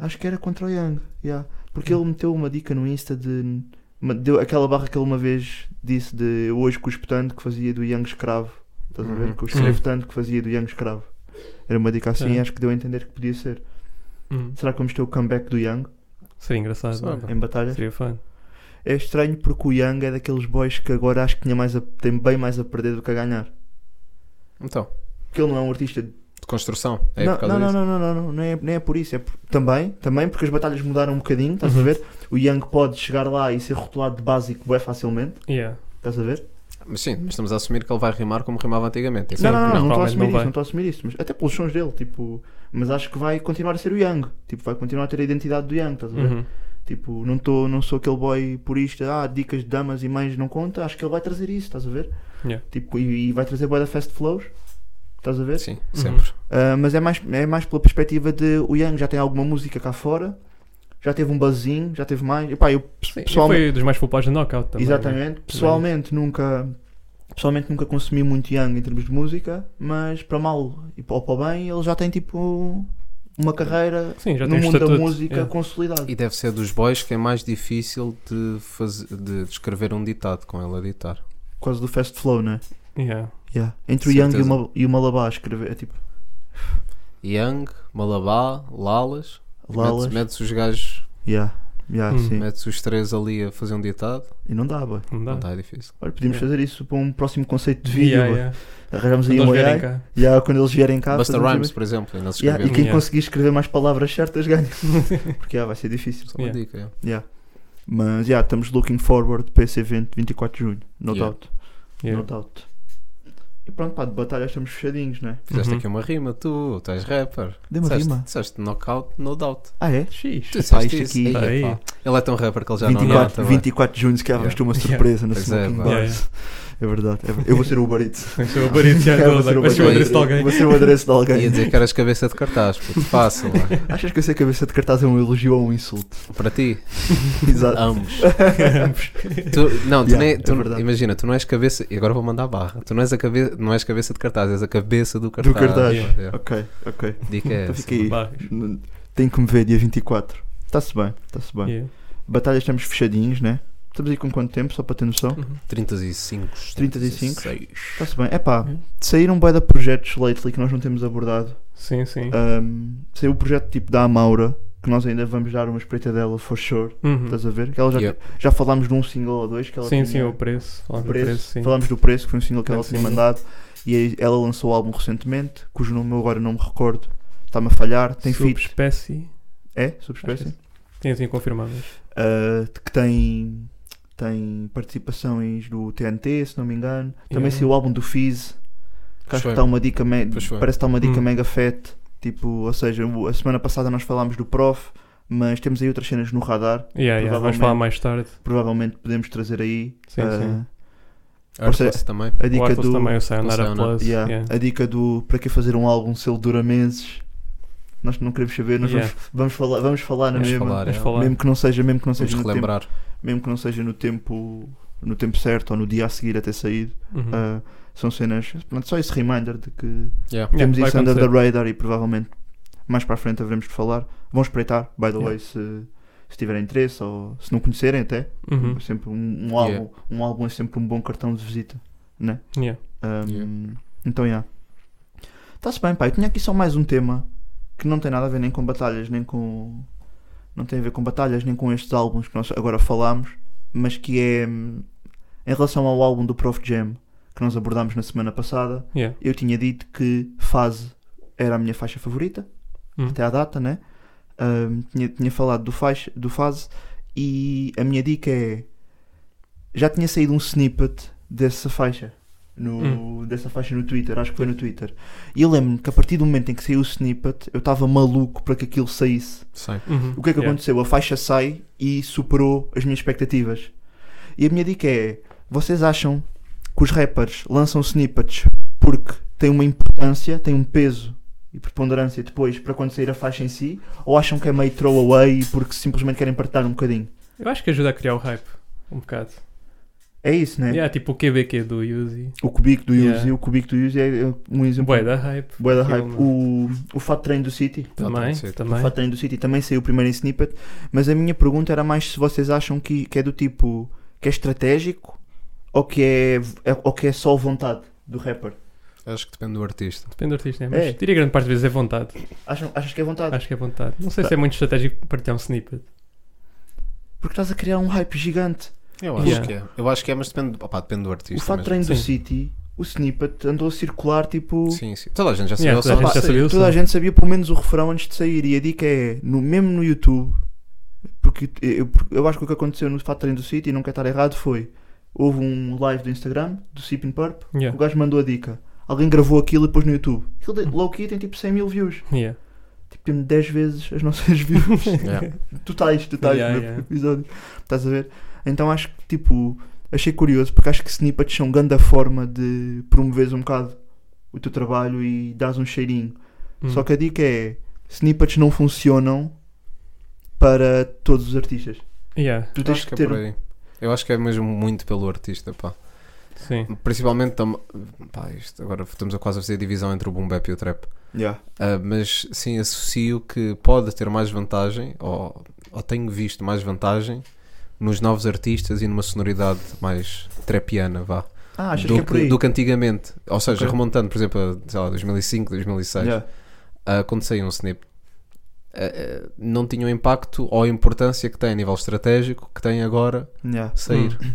Acho que era contra o Young, yeah. porque ele meteu uma dica no Insta de. ma- Deu aquela barra que ele uma vez disse de eu hoje cuspo tanto que fazia do Young escravo. Estás a ver?
Uhum.
Que eu escrevo tanto que fazia do Young escravo. Era uma dica assim
É.
e acho que deu a entender que podia ser.
Uhum.
Será que vamos ter o comeback do Young
Seria engraçado.
Sabe.
não é?
em batalha?
Seria fun.
É estranho porque o Young é daqueles boys que agora acho que tinha mais a- tem bem mais a perder do que a ganhar.
Então,
Porque ele não é um artista.
de construção. É
não,
por causa
não, não,
disso.
não, não, não, não, não é, nem é por isso. É por- Também, também porque as batalhas mudaram um bocadinho, estás a ver? O Young pode chegar lá e ser rotulado de básico bem facilmente.
Yeah.
Estás a ver?
Mas sim, mas estamos a assumir que ele vai rimar como rimava antigamente. Isso
Não,
é-
não, não, não estou a
provavelmente
assumir
não
isso,
vai.
não estou a assumir isso. Mas até pelos sons dele, tipo. Mas acho que vai continuar a ser o Young. Tipo, vai continuar a ter a identidade do Young, estás a ver?
Uhum.
Tipo, não, tô, não sou aquele boy purista, ah, dicas de damas e mães não conta. Acho que ele vai trazer isso, estás a ver?
Yeah.
Tipo, e, e vai trazer boy da Fast Flows. Estás a ver?
Sim, sempre.
Ah, mas é mais, é mais pela perspectiva de o Young já tem alguma música cá fora, já teve um buzzinho, já teve mais. Epá, eu
Sim, e
pessoalmente.
foi dos mais populares do Knockout também. né?
Exatamente. Pessoalmente nunca pessoalmente nunca consumi muito Young em termos de música, mas para mal e para, ou para bem ele já tem tipo um uma carreira
Sim, já
no
tem um
mundo da
estatuto.
música
yeah.
consolidada.
E deve ser dos boys que é mais difícil de, fazer, de escrever um ditado com ele a ditar.
Por causa do fast flow, né?
É. Yeah.
Yeah. Entre o Young
Certeza.
e o, Ma- e o Malabar escrever, é tipo
Young, Malabá, Lalas.
Lalas.
Metes, metes os gajos,
Yeah. Yeah,
Hum.
sim.
metes os três ali a fazer um ditado.
E não dá, boy.
Não dá.
Não está difícil.
Olha, podíamos
Yeah.
fazer isso para um próximo conceito de vídeo. boy.
yeah.
Arranjamos aí
Quando
um
eles vierem
AI.
cá.
Yeah, quando eles vierem cá.
Basta
fazemos
Rhymes,
um-
por exemplo, ainda se
Yeah,
escreveu.
e quem
Yeah.
conseguir escrever mais palavras certas ganha. Porque yeah, vai ser difícil.
Só uma
Yeah.
dica. yeah.
Yeah. Mas yeah, estamos looking forward para esse evento 24 de junho. No
Yeah.
doubt.
Yeah.
No doubt. E pronto, pá, de batalha estamos fechadinhos, né?
Fizeste
Uhum.
aqui uma rima, tu, tu és rapper.
Dê É uma
Disseste-
rima.
Disseste knockout, no doubt.
Ah, é?
X.
Tu
Epá,
disseste
isto
isso.
aqui-
Ei,
Tá aí.
epá. Ele é tão rapper que ele já não
24,
nota.
24 de junho, se calhar vais ter uma
Yeah.
surpresa na
Pois é,
Smoking
pá.
Bars.
Yeah,
É verdade. é ver- Eu vou ser o Uber Eats.
Tem que ser o aparelho já
Eu vou
todo.
ser o
Vai ser o
Uber
Uber
adereço
Eats.
de alguém.
Vou ser o adereço de
vai. Ia
alguém.
dizer que eras cabeça de cartaz, puto. Fácil, mano.
Achas que eu sei que a cabeça de cartaz é um elogio ou um insulto?
Para ti,
Exato.
ambos. Tu- não, tu
Yeah,
nem,
é
tu-
verdade.
imagina, tu não és cabeça. E agora vou mandar a barra. Tu não és, a cabe, não és cabeça de cartaz, és a cabeça do cartaz.
cartaz.
Yeah, yeah.
Ok, então ok.
Dica é
Então
essa.
fica aí.
Vai.
N- Tenho que me ver dia 24. Está-se bem, está-se bem.
Yeah.
Batalhas estamos fechadinhos, né? Estamos aí com quanto tempo, só para ter noção?
Uhum.
35.
35.
36.
Está-se bem. É pá, saíram bué de projetos lately que nós não temos abordado.
Sim, sim.
Um, saiu o projeto tipo da Amaura, que nós ainda vamos dar uma espreita dela, for sure.
Uhum.
Estás a ver? Que ela já,
Yeah.
já falámos de um single ou dois que ela
Sim,
tinha-
sim, o preço. Falamos do
né? preço.
preço, sim.
Falámos do preço, que foi um single que ela
Sim,
tinha
sim.
mandado. E aí ela lançou o álbum recentemente, cujo nome eu agora não me recordo. Está-me a falhar. Tem feat.
Subespécie.
É? Subespécie.
Sim, sim, confirmadas.
Uh, que tem, tem participações do TNT, se não me engano. Também
Yeah.
saiu o álbum do Fizz. Que
Pois
acho que
foi.
está uma dica me...
Pois
parece
foi.
que está uma dica
Hum.
mega fat. Tipo, ou seja, o- a semana passada nós falámos do Prof, mas temos aí outras cenas no radar.
Yeah, yeah, vamos
Provavelmente.
falar mais tarde.
Provavelmente podemos trazer aí.
Sim,
uh,
sim.
Pois é.
Arthur também.
A
o
dica
Atlas
do.
também, o
do
Sayonara
Sayonara.
Plus.
Yeah,
yeah.
A dica do para que fazer um álbum se ele dura meses. Nós não queremos saber, nós
Yeah.
vamos, vamos falar, vamos falar na
Vamos
mesma.
falar,
Vamos
é.
falar.
Mesmo que não seja, mesmo que não
Vamos
seja no tempo
relembrar.
mesmo que não seja no tempo no tempo certo ou no dia a seguir a ter saído
Uhum.
ah, são cenas pronto, só esse reminder de que
Yeah.
Yeah,
temos
vai
isso under the
acontecer.
radar e provavelmente mais para a frente haveremos de falar vão espreitar by the
Yeah.
way se, se tiverem interesse ou se não conhecerem até
Uhum.
sempre um, um álbum
Yeah.
um álbum é sempre um bom cartão de visita ah,
Yeah.
Ahm,
Yeah.
então já está-se bem pá eu tinha aqui só mais um tema que não tem nada a ver nem com batalhas nem com não tem a ver com batalhas nem com estes álbuns que nós agora falámos mas que é hum, em relação ao álbum do Prof Jam que nós abordámos na semana passada
Yeah.
eu tinha dito que Fase era a minha faixa favorita
Hum.
até à data né Ahm, tinha, tinha falado do, faixa, do Fase e a minha dica é já tinha saído um snippet dessa faixa no, dessa faixa no Twitter, acho que foi no Twitter e eu lembro-me que a partir do momento em que saiu o snippet eu estava maluco para que aquilo saísse
Sim.
Uhum.
o que é que
Yeah.
aconteceu? A faixa sai e superou as minhas expectativas. E a minha dica é: vocês acham que os rappers lançam snippets porque têm uma importância, têm um peso e preponderância depois para quando sair a faixa em si? Ou acham que é meio throwaway porque simplesmente querem partilhar um bocadinho?
Eu acho que ajuda a criar o hype. Um bocado.
É isso, né?
Yeah, tipo o QBQ do Yuzi.
O cubico do Yuzi,
Yeah.
o cubico do Yuzi é é um exemplo.
Bué da hype.
Bué da
Aquilo,
hype.
mano.
O, o Fat Train do City.
Também,
Sim.
também.
O Fat Train do City também saiu o primeiro em snippet, mas a minha pergunta era mais se vocês acham que, que é do tipo que é estratégico ou que é, é- ou que é só vontade do rapper.
Acho que depende do artista.
Depende do artista, né? mas
É.
diria grande parte das vezes é vontade.
Acham, achas que é vontade?
Acho que é vontade. Não sei se é muito estratégico partilhar um snippet.
Porque estás a criar um hype gigante.
Eu
acho
acho
Yeah. que
que é. Eu acho que é, mas depende, opá, depende do artista.
o Fat
mesmo.
Train do
Sim.
City, o snippet andou a circular tipo
Sim, sim. Toda a gente já sabia
Yeah,
o
toda a
som.
gente já
Pá,
sabia o
toda a
som.
gente sabia pelo menos o refrão antes de sair e a dica é no, mesmo no YouTube porque eh, eu, eu acho que o que aconteceu no Fat Train do City, e não quero estar errado, foi houve um live do Instagram do Sipping Purp O
Yeah.
gajo mandou a dica. Alguém gravou aquilo e pôs no YouTube. Aquilo de low key tem tipo 100 mil views.
Yeah.
Tipo, tem 10 vezes as nossas views.
Yeah.
tu tais, tu tais
Yeah,
no
yeah.
episódio. Estás a ver? Então acho que tipo, achei curioso porque acho que snippets são grande forma de promoveres um bocado o teu trabalho e dás um cheirinho.
Hum.
Só que a dica é: snippets não funcionam para todos os artistas.
Yeah.
Tu tens
Acho
que
que é
ter. um
por aí. Eu acho que é mesmo muito pelo artista, pá.
Hum.
Sim.
Principalmente, tam- pá, isto agora estamos a quase a fazer divisão entre o boom bap e o trap.
Yeah.
Ah, mas sim, associo que pode ter mais vantagem, ou, ou tenho visto mais vantagem, nos novos artistas e numa sonoridade mais trapiana, vá.
Ah, achas
do,
que é por aí?
do que antigamente. Ou seja,
Ok.
remontando, por exemplo, a sei lá, 2005, 2006,
Yeah.
ah, quando saiu um snip, ah, ah, não tinha o impacto ou a importância que tem a nível estratégico que tem agora
Yeah.
sair.
Hum.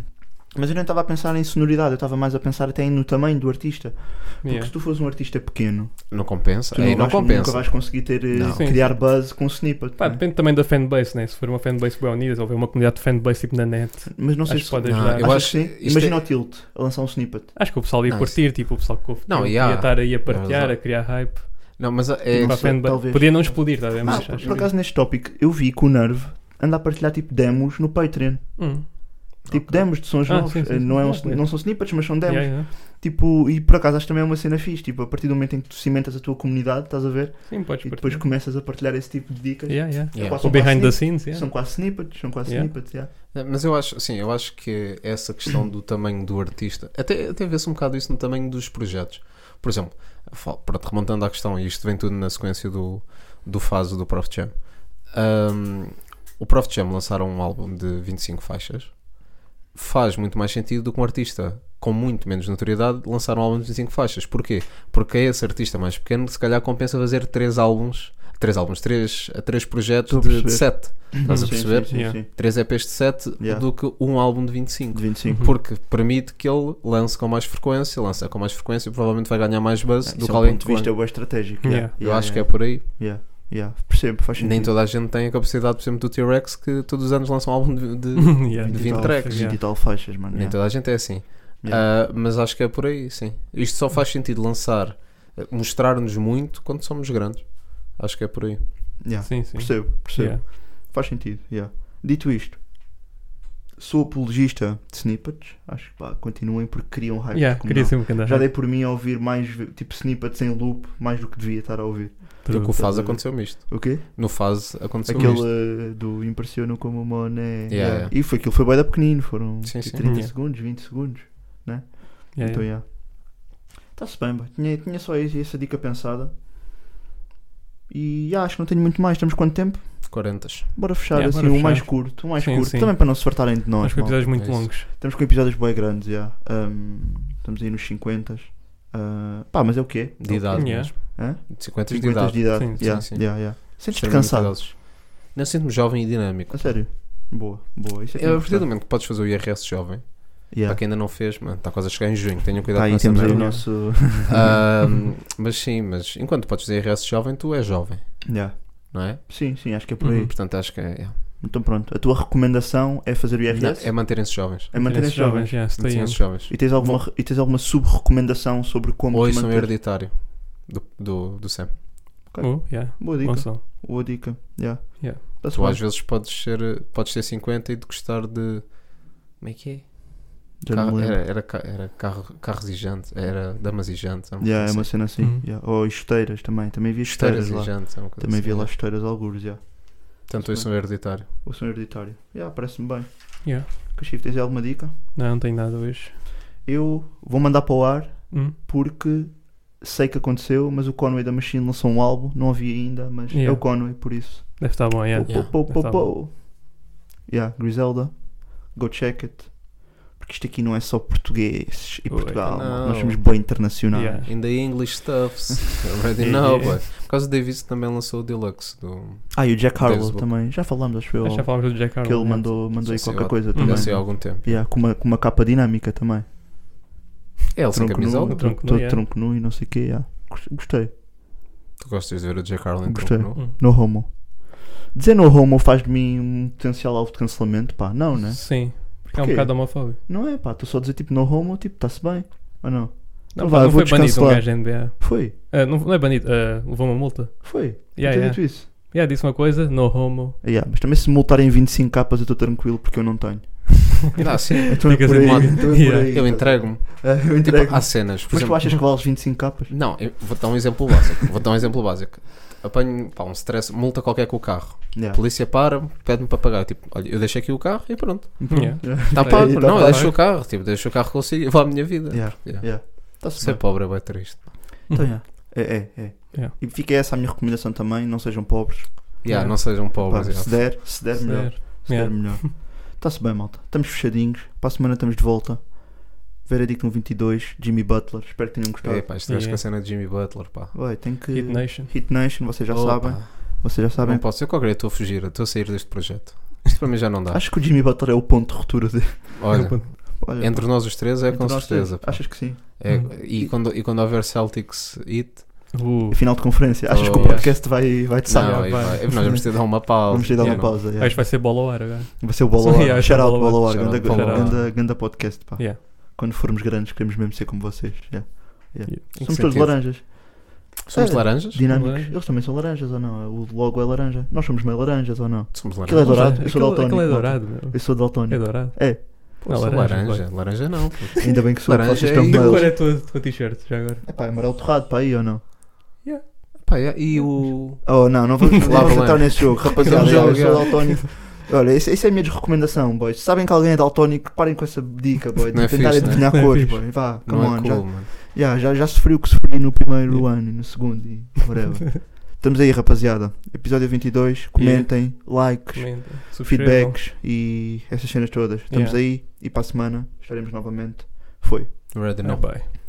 Mas eu nem estava a pensar em sonoridade, eu estava mais a pensar até no tamanho do artista. Porque
Yeah.
se tu fores um artista pequeno,
Não compensa.
tu
Aí
não,
não
vais, nunca
compensa.
vais conseguir ter, eh,
Não.
Sim,
criar buzz com snippet.
Pá,
né?
depende também da fanbase, né? Se for uma fanbase bem unida, se houver uma comunidade de fanbase tipo na net,
Mas não sei
acho que
se.
pode
Não,
ajudar.
eu
achas
acho-
que sim?
isto
Imagina
é-
o Tilt a lançar um snippet.
Acho que o pessoal ia
Não,
curtir, tipo, o pessoal que ouve,
Não,
tipo,
yeah.
ia estar aí a partilhar,
Não,
a criar hype.
Não, mas é.
Tipo, a
sei,
fanbase-
talvez.
Podia não explodir, tá a ver?
Ah,
Mas acho
por
que-
acaso neste tópico, eu vi que o Nerve anda a partilhar tipo demos no Patreon.
Hum.
Tipo demos de sons
Ah,
novos.
sim, sim,
Eh, não, é um
sim.
sni- não são snippets, mas são demos.
Yeah, yeah.
Tipo, e por acaso acho que também é uma cena fixe. Tipo, a partir do momento em que tu cimentas a tua comunidade, estás a ver?
Sim, podes
E depois
partilhar.
começas a partilhar esse tipo de dicas.
Yeah, yeah.
Yeah.
Quase
O
são quase
behind the
snippets.
scenes, yeah.
São quase snippets, são quase
Yeah.
snippets, yeah.
É, Mas eu acho, sim, eu acho que essa questão do tamanho do artista, até, até vê-se um bocado isso no tamanho dos projetos. Por exemplo, fal- pronto, remontando à questão, e isto vem tudo na sequência do, do fase do Prof. Jam. Ahm, o Prof. Jam lançaram um álbum de 25 faixas. Faz muito mais sentido do que um artista com muito menos notoriedade lançar um álbum de 25 faixas. Porquê? Porque a esse artista mais pequeno, se calhar compensa fazer 3 álbuns, 3 álbuns, 3, três
Estou a
projetos de, de
perceber.
7. Estás a
Sim,
perceber?
Sim, sim,
Yeah.
sim.
3 EPs de 7
Yeah.
do que um álbum de 25.
De 25.
Porque permite que ele lance com mais frequência, lança com mais frequência e provavelmente vai ganhar mais buzz
Isso
do
é
que
um
alguém
ponto
que
de vista
Eu
bué estratégico.
Yeah.
yeah. Yeah,
acho que é
yeah,
por aí.
yeah, yeah. Percebo, faz sentido.
Nem toda a gente tem a capacidade, por exemplo, do T-Rex que todos os anos lança um álbum de. de-
Yeah.
de
20
20
tal-
tracks,
20 e tal faixas, mano.
Nem
yeah.
toda a gente é assim.
Yeah.
Ah, mas acho que é por aí, sim. Isto só faz sentido lançar, eh, mostrar-nos muito quando somos grandes. Acho que é por aí.
Yeah.
Sim, sim.
Percebo, percebo.
Yeah.
Faz sentido, yeah. Dito isto, sou apologista de snippets. Acho que pá, continuem porque criam hype.
Yeah,
como
queria
não.
ser um bocadinho
Já dei por mim a ouvir mais ve- tipo snippets em loop, mais do que devia estar a ouvir.
Do que o faz
Estás a ver?
aconteceu-me isto.
O quê?
No faz aconteceu
Aquele
isto.
eh, do impressionam como o Moné.
Yeah, yeah.
E foi aquilo, foi bem da pequenino, foram
Sim,
tipo,
sim.
30
Yeah.
segundos, 20 segundos.
Yeah, yeah.
Então, yeah. Está-se bem, bá. Tinha, tinha só isso- essa dica pensada. E ah, acho que não tenho muito mais. Estamos quanto tempo?
40.
Bora fechar
Yeah,
assim,
bora
o mais
fechar.
curto, o mais
Sim,
curto.
sim.
Também para não se fartarem de nós.
Acho que
mal.
episódios muito
É isso.
longos.
Estamos com episódios bem grandes, já. Ahm, estamos aí nos 50. Ah, pá, mas é o quê?
De idade
Yeah.
mesmo.
Hã?
50 de
50
idade.
de idade.
Sim, sim,
yeah,
sim.
yeah, yeah. Sentes-te
Extremamente
cansado?
idosos. Não sinto-me jovem e dinâmico.
A sério? Boa, boa. Isso é que
É, a partir
é
do
importante.
momento que podes fazer o IRS jovem, para
yeah.
quem ainda não fez, mano, está quase a chegar em junho, tenham cuidado
Tá,
com
aí
essa
temos aí o
merda.
nosso.
Ahm, mas sim, mas enquanto podes fazer IRS jovem, tu és jovem,
Yeah.
não é?
Sim, sim, acho que é por aí.
Uhum. Portanto, acho que é,
Então pronto, a tua recomendação é fazer o
Não,
IRS?
é manterem-se jovens.
é manter
Esses
jovens.
yeah, stay
Manterem-se
young.
jovens.
E tens alguma, e tens alguma sub-recomendação sobre como
Ou
te
isso é um
manter?
hereditário do, do, do Sam.
Claro.
Oh, yeah.
Boa
Bom
dica.
som.
Boa dica. Tá Yeah.
Yeah.
Tá-se
Tu
bem.
às vezes podes ser, podes ter 50 e de gostar de. Como é que é?
Já não
Carro-
me lembro.
era era, ca- era carro, carros e jantes, era damas e jantes. era uma
Yeah, é
coisa
uma
assim.
cena assim.
Uhum.
yeah. Ou esteiras também. Também havia esteiras,
Esteiras e
lá.
jantes, é uma coisa
Também
assim,
havia lá
yeah.
esteiras algures. Yeah.
Portanto, isso é um hereditário.
O som hereditário. Yeah, Parece-me bem.
Yeah.
Cachif, tens aí alguma dica?
Não, não tenho nada hoje.
Eu vou mandar para o ar
Hum.
porque sei que aconteceu, mas o Conway da Machine lançou um álbum, não havia ainda, mas é
Yeah.
o Conway, por isso.
Deve estar bom, yeah.
Yeah.
Pou, pou,
Tá
pou. Yeah, Griselda, go check it. Porque isto aqui não é só português e
Oi,
Portugal,
não.
mano. nós somos bem internacionais.
Yeah.
In the English stuffs. Already know, boy. Por causa do Davis também lançou o Deluxe do.
Ah, e o Jack Harlow
Facebook.
também, já falamos, acho eu,
Acho que Já falámos do Jack
que ele
Harlow. yeah. Uhum.
mandou, mandou aí
Já sei,
qualquer
ó,
coisa
Já
também.
sei há algum tempo.
Yeah, com, uma, com uma capa dinâmica também.
É ele sem
Tronco nu,
camisola?
Tronco nu,
todo
yeah.
tronco nu e não sei o quê. yeah. Gost- Gostei,
Tu gostas de ver o Jack Harlan
Gostei.
tronco nu?
Hum.
no homo. Dizer no homo faz de mim um potencial alvo de cancelamento, pá, não, né?
Sim. Porque é um
Porquê?
bocado homofóbico.
Não é, pá, estou só a dizer tipo no homo, tipo, está-se bem. Ou não?
Não,
Então vá,
pá, não
vou
foi banido um
descancelar.
gajo da NBA.
Foi,
Ah, não, não é banido, ah, levou uma multa.
foi.
Yeah,
não tinha
yeah.
dito isso.
Yeah, disse uma coisa, no homo.
Yeah, mas também se multarem 25 capas eu estou tranquilo porque eu não tenho.
Não, sim.
Então é
Ficas
por aí,
em
então é por
Yeah.
aí.
Eu entrego-me.
É, eu
Tipo,
entrego.
há cenas. Por
Mas tu
exemplo,
achas que vales 25 capas?
Não, eu vou dar um exemplo básico. Vou dar um exemplo básico. Apanho pá, um stress, multa qualquer com o carro. A
Yeah.
polícia para, pede-me para pagar. Tipo, olha, eu deixei aqui o carro e pronto.
Yeah.
Está
Tá
pago.
aí, tá
não, eu
pago.
deixo o carro. Tipo, deixo o carro consigo e vou à minha vida.
Yeah.
Yeah.
Yeah. Tá-se
Ser
bem.
pobre é bem triste.
Então, yeah. É, é, é.
Yeah.
E fica essa a minha recomendação também, não sejam pobres.
Yeah,
Yeah.
Não sejam
Pá,
pobres.
se
yeah.
der, se der melhor. Se
Yeah.
der melhor. Está-se bem, malta. Estamos fechadinhos. Para a semana estamos de volta. Veredicto 122, Jimmy Butler. Espero que tenham gostado.
Ei, pá, isto yeah.
Yeah.
com a cena é de Jimmy Butler, pá.
Vai, tem que.
Hit Nation.
Hit Nation, vocês já
Oh,
sabem.
pá,
Vocês já sabem.
Não posso. Eu qualquer dia estou a fugir, eu estou a sair deste projeto. Isto para mim já não dá.
Acho que o Jimmy Butler é o ponto de ruptura de.
Olha,
Olha,
entre nós os três é
entre
com
nós
certeza.
três. Uhum. Achas que sim?
É, e, quando, e quando houver Celtics It,
Uh,
Final de conferência. Achas
Oh,
que o
yes.
podcast vai, vai te
não, é
saber?
aí
vai.
vai. nós vamos ter de dar uma pausa.
Vamos ter de dar uma
Não.
pausa. yeah.
acho que vai ser bola ao ar agora.
Vai ser o Bola ao
Sim,
Ar.
acho
Shout
que é o
out
Bola
Bola ao Ar.
Shout
Ganda,
out Bola ao Ar.
ganda, ganda podcast, pá.
Yeah.
Quando formos grandes, queremos mesmo ser como vocês. yeah. Yeah.
Yeah.
Em que
Somos todos
sentido?
laranjas.
Somos
É.
laranjas?
Dinâmicos.
Laranja.
Eles também são laranjas ou não? O logo é laranja. Nós somos meio laranjas ou não?
Somos
Aquilo é
laranjas.
dourado. Eu sou
Aquilo-
daltónico.
aquilo é
malta.
dourado, meu.
Eu sou
É
daltónico.
dourado.
É.
Pô,
Não,
sou
laranja, laranja não. pô.
Ainda bem que sou.
Laranja
vocês
é
estão
e
Que cor é
meus.
a tua, tua t-shirt já agora?
É pá, amarelo torrado para aí ou não?
Pá, é, e o.
Oh, não, não vamos, não
Lá
vamos
vai.
entrar nesse jogo, rapaziada.
Vamos
eu
jogar.
sou daltónico. Olha, isso, isso é a minha desrecomendação, boys. Se Sabem que alguém é daltónico, parem com essa dica, boy. De
Não é
tentar
fixe,
adivinhar
não é? Não é
cores,
fixe.
boy. Vá, come
Não
on.
é
já-
cool, mano.
Ya, já, já sofri o que sofri no primeiro ano e no segundo e whatever. Estamos aí, rapaziada. Episódio 22. Comentem, likes,
Comenta, subscrevam.
feedbacks e essas cenas todas. Estamos
Yeah.
aí e para a semana estaremos novamente. Foi.
Rather
Ah,
não.
bem.